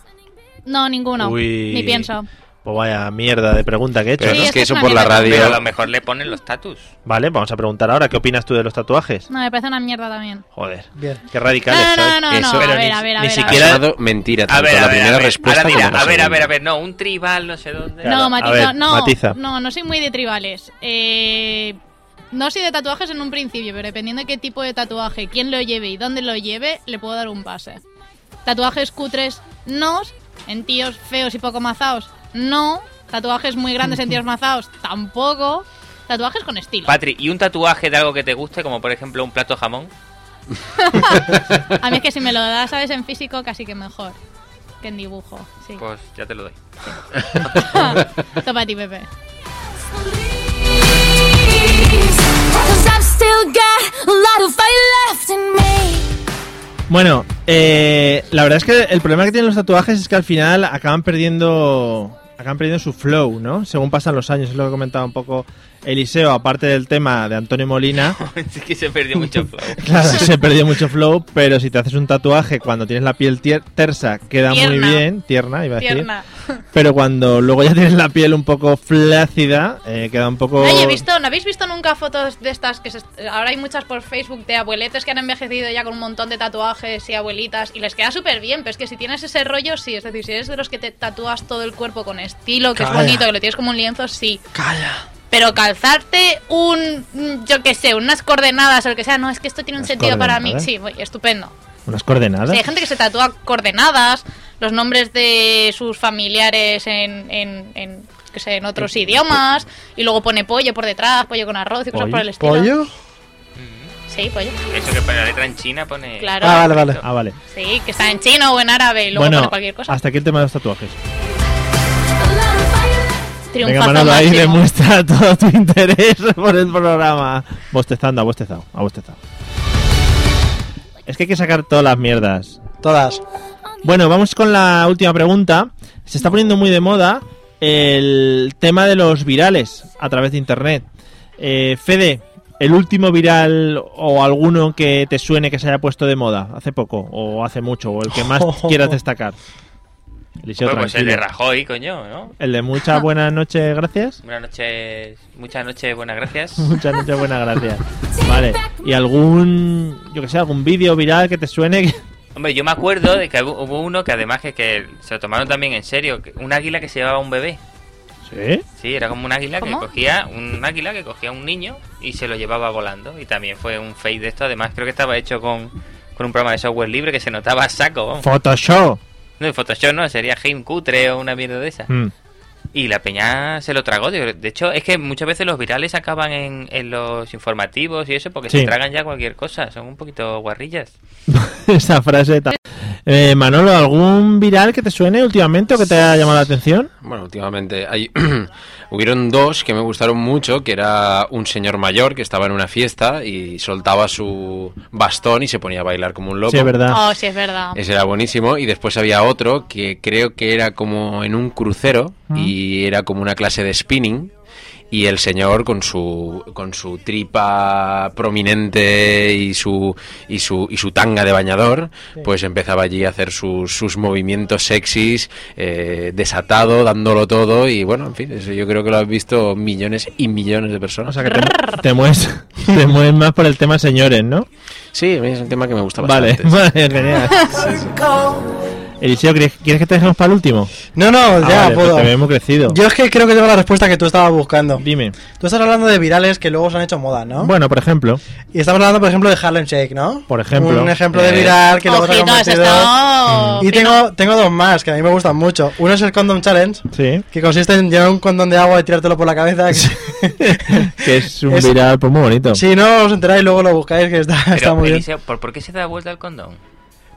Speaker 4: No, ninguno.
Speaker 2: Uy.
Speaker 4: Ni pienso.
Speaker 10: Pues vaya mierda de pregunta que he hecho.
Speaker 6: Pero
Speaker 10: ¿no?
Speaker 6: es que eso por la radio.
Speaker 3: Pero a lo mejor le ponen los tatus.
Speaker 10: Vale, vamos a preguntar ahora, ¿qué opinas tú de los tatuajes?
Speaker 4: No, me parece una mierda también.
Speaker 10: Joder, qué radicales
Speaker 4: No, no,
Speaker 10: sois.
Speaker 4: no, no, a ver, a ver, a
Speaker 10: ni
Speaker 4: ver, a
Speaker 10: siquiera-
Speaker 4: ver.
Speaker 6: Sonado mentira, tanto
Speaker 3: A ver, a
Speaker 6: la
Speaker 3: ver,
Speaker 6: primera
Speaker 3: a ver.
Speaker 6: respuesta
Speaker 3: Ahora
Speaker 6: como
Speaker 3: mira,
Speaker 6: la
Speaker 3: a ver,
Speaker 6: segunda.
Speaker 3: a ver, a ver, no, un tribal, no sé dónde.
Speaker 4: No, matiza,
Speaker 6: ver,
Speaker 4: no,
Speaker 6: matiza.
Speaker 4: no, no soy muy de tribales. Eh, no soy de tatuajes en un principio, pero dependiendo de qué tipo de tatuaje, quién lo lleve y dónde lo lleve, le puedo dar un pase. Tatuajes cutres, no. En tíos feos y poco mazaos, no. Tatuajes muy grandes en tíos mazaos, tampoco. Tatuajes con estilo.
Speaker 3: Patri, ¿y un tatuaje de algo que te guste, como por ejemplo un plato de jamón?
Speaker 4: A mí es que si me lo das, ¿sabes? En físico, casi que mejor que en dibujo. Sí.
Speaker 3: Pues ya te lo doy.
Speaker 4: Topa a ti, Pepe.
Speaker 11: Cause I've still got a lot of fight left in me.
Speaker 2: Bueno, eh, la verdad es que el problema que tienen los tatuajes es que al final acaban perdiendo acaban perdiendo su flow, ¿no? Según pasan los años, es lo que comentaba un poco Eliseo, aparte del tema de Antonio Molina.
Speaker 3: es que se perdió mucho flow.
Speaker 2: Claro, se perdió mucho flow, pero si te haces un tatuaje cuando tienes la piel tier- tersa, queda
Speaker 4: Tierna.
Speaker 2: muy bien, tierna, iba a decir. Pero cuando luego ya tienes la piel un poco flácida, eh, queda un poco...
Speaker 4: Oye, ¿visto, ¿no habéis visto nunca fotos de estas que se est- ahora hay muchas por Facebook de abueletes que han envejecido ya con un montón de tatuajes y abuelitas y les queda súper bien? Pero es que si tienes ese rollo, sí. Es decir, si eres de los que te tatúas todo el cuerpo con estilo, que
Speaker 12: Calla.
Speaker 4: es bonito, que lo tienes como un lienzo, sí. Cala. Pero calzarte un, mm, yo qué sé, unas coordenadas o lo que sea, no, es que esto tiene un
Speaker 2: Unas
Speaker 4: sentido para mí.
Speaker 2: coordenadas. ¿eh?
Speaker 4: Sí, voy, estupendo.
Speaker 2: Unas coordenadas.
Speaker 4: O sea, hay gente que se tatúa coordenadas, los nombres de sus familiares en, en, en, que sé, en otros idiomas, y luego pone pollo por detrás, pollo con arroz y cosas por el estilo. Sí, pollo.
Speaker 3: Eso que para la letra en China pone.
Speaker 4: Claro. Ah, vale,
Speaker 2: vale. Ah, vale.
Speaker 4: Sí, que está en chino o en árabe, y luego
Speaker 2: bueno,
Speaker 4: pone cualquier cosa.
Speaker 2: hasta aquí el tema de los tatuajes.
Speaker 4: Triunfazo
Speaker 2: Venga, Manolo, ahí
Speaker 4: máximo.
Speaker 2: demuestra todo tu interés por el programa. Bostezando, ha bostezado, ha bostezado. Es que hay que sacar todas las mierdas.
Speaker 5: Todas.
Speaker 2: Bueno, vamos con la última pregunta. Se está poniendo muy de moda el tema de los virales a través de internet. Eh, Fede, ¿el último viral o alguno que te suene que se haya puesto de moda hace poco o hace mucho o el que más quieras destacar? Eliseo,
Speaker 3: Bueno, pues el de
Speaker 2: tranquilo.
Speaker 3: Rajoy, coño, ¿no?
Speaker 2: El de muchas buenas noches, gracias.
Speaker 3: Buenas noches, muchas noches, buenas gracias.
Speaker 2: Muchas noches, buenas gracias. Vale. ¿Y algún, yo que sé, algún vídeo viral que te suene? que-
Speaker 3: Hombre, yo me acuerdo de que hubo hubo uno que además que, que se lo tomaron también en serio, que- un águila que se llevaba un bebé.
Speaker 2: ¿Sí?
Speaker 3: Sí, era como un águila
Speaker 4: ¿Cómo?
Speaker 3: que cogía un águila que cogía un niño y se lo llevaba volando y también fue un fake de esto, además creo que estaba hecho con, con un programa de software libre que se notaba a saco, vamos.
Speaker 2: Photoshop.
Speaker 3: No, en Photoshop no, sería Game Cutre o una mierda de esa.
Speaker 2: Mm.
Speaker 3: Y la peña se lo tragó. tío. De hecho, es que muchas veces los virales acaban en, en los informativos y eso porque
Speaker 2: Sí.
Speaker 3: se tragan ya cualquier cosa. Son un poquito guarrillas.
Speaker 5: Ah,
Speaker 2: Esa frase tan... Eh, Manolo, ¿algún viral que te suene últimamente o que te haya llamado la atención?
Speaker 6: Bueno, últimamente hay hubieron dos que me gustaron mucho, que era un señor mayor que estaba en una fiesta y soltaba su bastón y se ponía a bailar como un loco.
Speaker 2: Sí, es verdad.
Speaker 4: Oh, sí, es verdad.
Speaker 6: Ese era buenísimo. Y después había otro que creo que era como en un crucero
Speaker 2: Mm.
Speaker 6: y era como una clase de spinning. Y el señor con su, con su tripa prominente y su, y su, y su tanga de bañador, pues empezaba allí a hacer sus, sus movimientos sexys, eh, desatado, dándolo todo. Y bueno, en fin, eso yo creo que lo has visto millones y millones de personas.
Speaker 2: O sea que te, te mueves, te mueves más por el tema señores, ¿no?
Speaker 6: Sí, a mí es un tema que me gusta
Speaker 2: Vale,
Speaker 6: bastante.
Speaker 2: vale, genial. Eliseo, ¿quieres quieres que te dejemos para el último?
Speaker 5: No, no,
Speaker 2: Ah,
Speaker 5: ya
Speaker 2: vale, pues
Speaker 5: puedo.
Speaker 2: te veo muy crecido.
Speaker 5: Yo es que creo que tengo la respuesta que tú estabas buscando.
Speaker 2: Dime.
Speaker 5: Tú estás hablando de virales que luego se han hecho moda, ¿no?
Speaker 2: Bueno, por ejemplo,
Speaker 5: Y estamos hablando, por ejemplo, de Harlem Shake, ¿no?
Speaker 2: Por ejemplo.
Speaker 5: Un ejemplo de
Speaker 2: Eh.
Speaker 5: viral que luego se ha
Speaker 4: Ojito, Oh, has
Speaker 5: convertido...
Speaker 4: estado-
Speaker 5: Y tengo, tengo dos más que a mí me gustan mucho. Uno es el Condom Challenge,
Speaker 2: sí,
Speaker 5: que consiste en llevar un condón de agua y tirártelo por la cabeza. que-
Speaker 2: que es un
Speaker 5: Es-
Speaker 2: viral pues, muy bonito.
Speaker 5: si no os enteráis, luego lo buscáis, que está, está
Speaker 3: Pero,
Speaker 5: muy bien. Ah,
Speaker 3: Eliseo, ¿por, por qué se da vuelta el condón?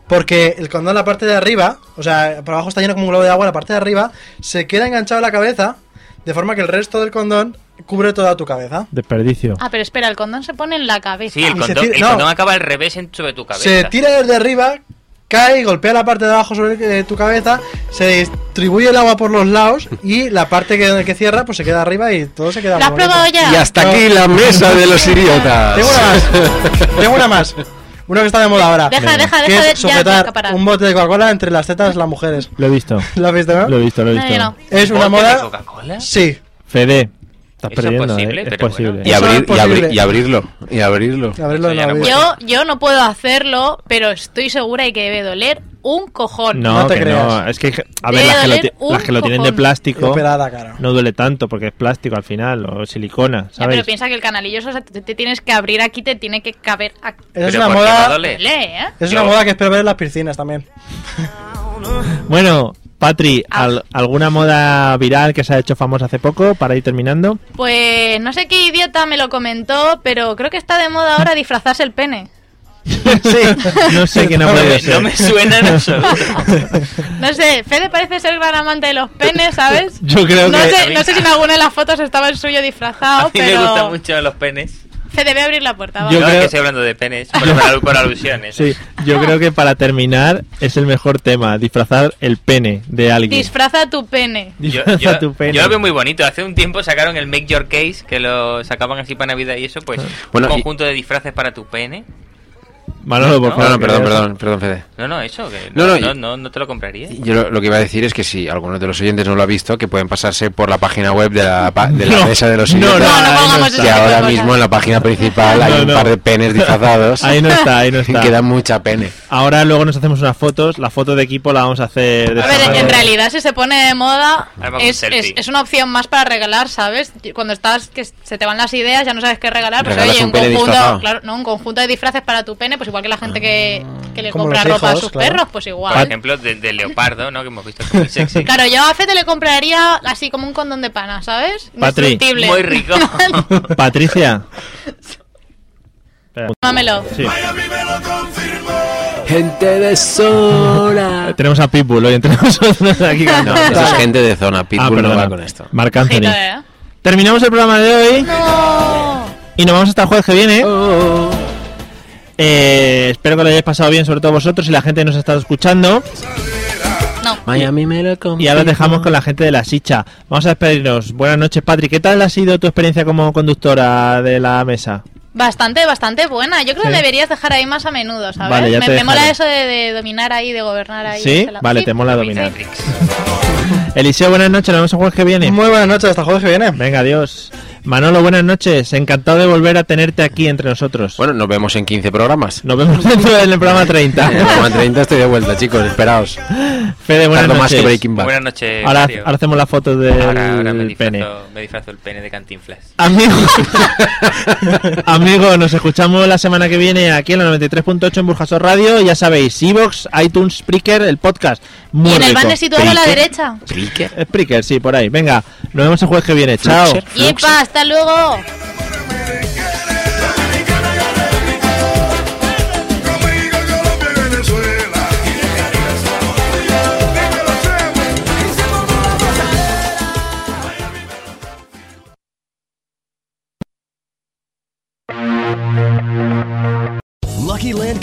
Speaker 5: Porque el condón, la parte de arriba, o sea, por abajo está lleno como un globo de agua, la parte de arriba se queda enganchado a la cabeza, de forma que el resto del condón cubre toda tu cabeza.
Speaker 2: Desperdicio.
Speaker 4: Ah, pero espera, el condón se pone en la cabeza.
Speaker 3: Sí, el
Speaker 5: Y se
Speaker 3: condón,
Speaker 5: tira-
Speaker 3: el
Speaker 5: no.
Speaker 3: condón acaba al revés en- sobre tu cabeza.
Speaker 5: Se tira desde arriba, cae y golpea la parte de abajo sobre eh, tu cabeza, se distribuye el agua por los lados y la parte que, que cierra pues se queda arriba y todo se queda
Speaker 4: ¿Lo has
Speaker 5: muy bonito.
Speaker 4: probado ya?
Speaker 6: Y hasta aquí la mesa de los idiotas.
Speaker 5: Tengo una más. Tengo una más. Uno que está de moda ahora.
Speaker 4: Deja, deja,
Speaker 5: que
Speaker 4: deja de-
Speaker 5: es
Speaker 4: ya,
Speaker 5: sujetar
Speaker 4: deja, parar.
Speaker 5: un bote de Coca-Cola entre las tetas de las mujeres.
Speaker 2: Lo he visto.
Speaker 5: ¿Lo has visto, no?
Speaker 2: Lo he visto, lo he
Speaker 5: No,
Speaker 2: visto.
Speaker 5: yo no. Es una
Speaker 2: ¿Bote de
Speaker 5: moda.
Speaker 3: Coca-Cola?
Speaker 5: Sí.
Speaker 2: Fede, estás
Speaker 6: Eso es
Speaker 2: perdiendo.
Speaker 6: posible,
Speaker 2: eh, es
Speaker 6: pero
Speaker 2: posible.
Speaker 6: Y, abrir- y abrir- y abrirlo. Y abrirlo.
Speaker 5: abrirlo
Speaker 6: Eso ya no puede.
Speaker 4: Yo, yo no puedo hacerlo, pero estoy segura de que debe doler un cojón.
Speaker 2: No, que no. Es que, a ver, las que,
Speaker 4: Debe
Speaker 2: lo,
Speaker 4: doler
Speaker 2: ti- las
Speaker 4: un
Speaker 2: que lo tienen de
Speaker 4: cojón.
Speaker 2: plástico.
Speaker 5: Operada, cara.
Speaker 2: No duele tanto porque es plástico al final, o silicona,
Speaker 4: Ya, pero
Speaker 2: ¿sabes?
Speaker 4: piensa que el canalillo, o sea, te, te tienes que abrir aquí, te tiene que caber aquí.
Speaker 5: Esa es Pero una ¿por qué moda- va a doler?
Speaker 4: Duele, ¿eh?
Speaker 5: Es una moda que espero ver en las piscinas también.
Speaker 2: Bueno, Patri,
Speaker 4: Ah.
Speaker 2: al- ¿alguna moda viral que se ha hecho famosa hace poco para ir terminando?
Speaker 4: Pues no sé qué idiota me lo comentó, pero creo que está de moda ahora disfrazarse el pene.
Speaker 2: No sé qué no puede ser.
Speaker 3: No me suena en absoluto.
Speaker 4: No sé, Fede parece ser gran amante de los penes, ¿sabes?
Speaker 2: Yo creo
Speaker 4: no
Speaker 3: que-
Speaker 4: Sé, no sé si en alguna de las fotos estaba el suyo disfrazado,
Speaker 3: A mí me gustan
Speaker 4: pero...
Speaker 3: mucho los penes.
Speaker 4: Fede, ve a abrir la puerta, va.
Speaker 2: Yo
Speaker 3: no, es
Speaker 2: creo-
Speaker 3: que estoy hablando de penes, por, por- por alusiones.
Speaker 2: Sí, yo creo que para terminar es el mejor tema, disfrazar el pene de alguien.
Speaker 4: Disfraza tu pene.
Speaker 3: Yo,
Speaker 2: Disfraza
Speaker 3: yo-
Speaker 2: tu pene.
Speaker 3: yo lo veo muy bonito. Hace un tiempo sacaron el Make Your Case, que lo sacaban así para Navidad y eso, pues
Speaker 6: Bueno, y-
Speaker 3: un conjunto de disfraces para tu pene.
Speaker 2: Manolo, por
Speaker 6: No,
Speaker 2: favor,
Speaker 6: no, perdón,
Speaker 2: que-
Speaker 6: perdón, perdón, Fede.
Speaker 3: No, no, eso, que
Speaker 6: No,
Speaker 3: no,
Speaker 6: no,
Speaker 3: no,
Speaker 6: y-
Speaker 3: no, no te lo compraría.
Speaker 6: Yo lo, lo que iba a decir es que si alguno de los oyentes no lo ha visto, que pueden pasarse por la página web de la, pa- de la
Speaker 2: No,
Speaker 6: mesa de los
Speaker 2: no,
Speaker 6: idiotas,
Speaker 2: no, No, no ahí pongamos no
Speaker 6: que
Speaker 2: está.
Speaker 6: ahora
Speaker 2: esas
Speaker 6: mismo en la página principal hay
Speaker 2: No,
Speaker 6: un
Speaker 2: no.
Speaker 6: par de penes disfrazados.
Speaker 2: Ahí no está, ahí no está.
Speaker 6: Que dan mucha pene.
Speaker 2: Ahora luego nos hacemos unas fotos, la foto de equipo la vamos a hacer de
Speaker 4: A ver,
Speaker 2: esta
Speaker 4: en
Speaker 2: manera.
Speaker 4: realidad si se pone de moda
Speaker 2: Arma con
Speaker 4: es,
Speaker 2: selfie.
Speaker 4: es- es una opción más para regalar, ¿sabes? Cuando estás que se te van las ideas, ya no sabes qué regalar, pues
Speaker 6: Regalas
Speaker 4: oye,
Speaker 6: un
Speaker 4: un
Speaker 6: pene disfrazado.
Speaker 4: conjunto, claro, no, un conjunto de disfraces para tu pene, pues igual que la gente que,
Speaker 2: Ah,
Speaker 4: que le
Speaker 3: Como
Speaker 4: compra
Speaker 3: los
Speaker 4: ropa a
Speaker 3: hijos,
Speaker 4: sus
Speaker 3: claro.
Speaker 4: perros, pues igual.
Speaker 3: Por ejemplo, del del leopardo, ¿no? Que hemos visto que es muy sexy.
Speaker 4: Claro, yo a Fete le compraría así como un condón de pana, ¿sabes?
Speaker 2: Patri.
Speaker 4: Indestructible.
Speaker 2: Muy rico. Patricia. Espera.
Speaker 4: Mámelo.
Speaker 2: Sí.
Speaker 12: Gente de
Speaker 4: Ah.
Speaker 12: zona.
Speaker 2: Tenemos a Pitbull hoy entre nosotros aquí. Ah,
Speaker 6: No, eso es gente de zona. Pitbull no
Speaker 2: perdona.
Speaker 6: va con esto.
Speaker 2: Marc Anthony. Terminamos el programa de hoy.
Speaker 4: ¿eh?
Speaker 2: Y nos vamos hasta el jueves que viene.
Speaker 6: Oh.
Speaker 2: Eh, espero que lo hayáis pasado bien, sobre todo vosotros y la gente que nos ha estado escuchando.
Speaker 6: Miami me lo
Speaker 2: Y ahora os dejamos con la gente de la Sicha. Vamos a despedirnos. Buenas noches, Patrick. ¿Qué tal ha sido tu experiencia como conductora de la mesa?
Speaker 4: Bastante, bastante buena. Yo creo
Speaker 2: Sí.
Speaker 4: que deberías dejar ahí más a menudo, ¿sabes?
Speaker 2: Vale, ya
Speaker 4: me,
Speaker 2: te
Speaker 4: me mola
Speaker 2: dejaré.
Speaker 4: eso de, de dominar ahí, de gobernar ahí.
Speaker 2: ¿Sí?
Speaker 4: Se la-
Speaker 2: Vale,
Speaker 4: Sí.
Speaker 2: te mola dominar. Eliseo, buenas noches. Nos vemos el jueves que viene.
Speaker 5: Muy buenas noches, hasta jueves que viene.
Speaker 2: Venga, adiós. Manolo, buenas noches. Encantado de volver a tenerte aquí entre nosotros.
Speaker 6: Bueno, nos vemos en 15 programas.
Speaker 2: Nos vemos dentro del programa 30.
Speaker 6: En el programa 30 estoy de vuelta, chicos, esperaos.
Speaker 2: Fede, buenas
Speaker 6: Tardo
Speaker 2: noches.
Speaker 6: más que Breaking Bad.
Speaker 3: Buenas noches,
Speaker 2: Ahora,
Speaker 3: Mario.
Speaker 2: ahora hacemos la foto del
Speaker 3: Ahora, ahora me,
Speaker 2: pene.
Speaker 3: disfrazo, me disfrazo el pene de Cantinflas.
Speaker 2: Amigo, amigo, nos escuchamos la semana que viene aquí en la 93.8 en Burjasot Radio. Ya sabéis, Evox, iTunes, Spreaker, el podcast. Muy
Speaker 4: Y en el
Speaker 2: rico.
Speaker 4: banner situado a la derecha.
Speaker 2: Spreaker. Spreaker, sí, por ahí. Venga, nos vemos el jueves que viene. Chao.
Speaker 4: Yepa, hasta luego.
Speaker 13: Lucky Land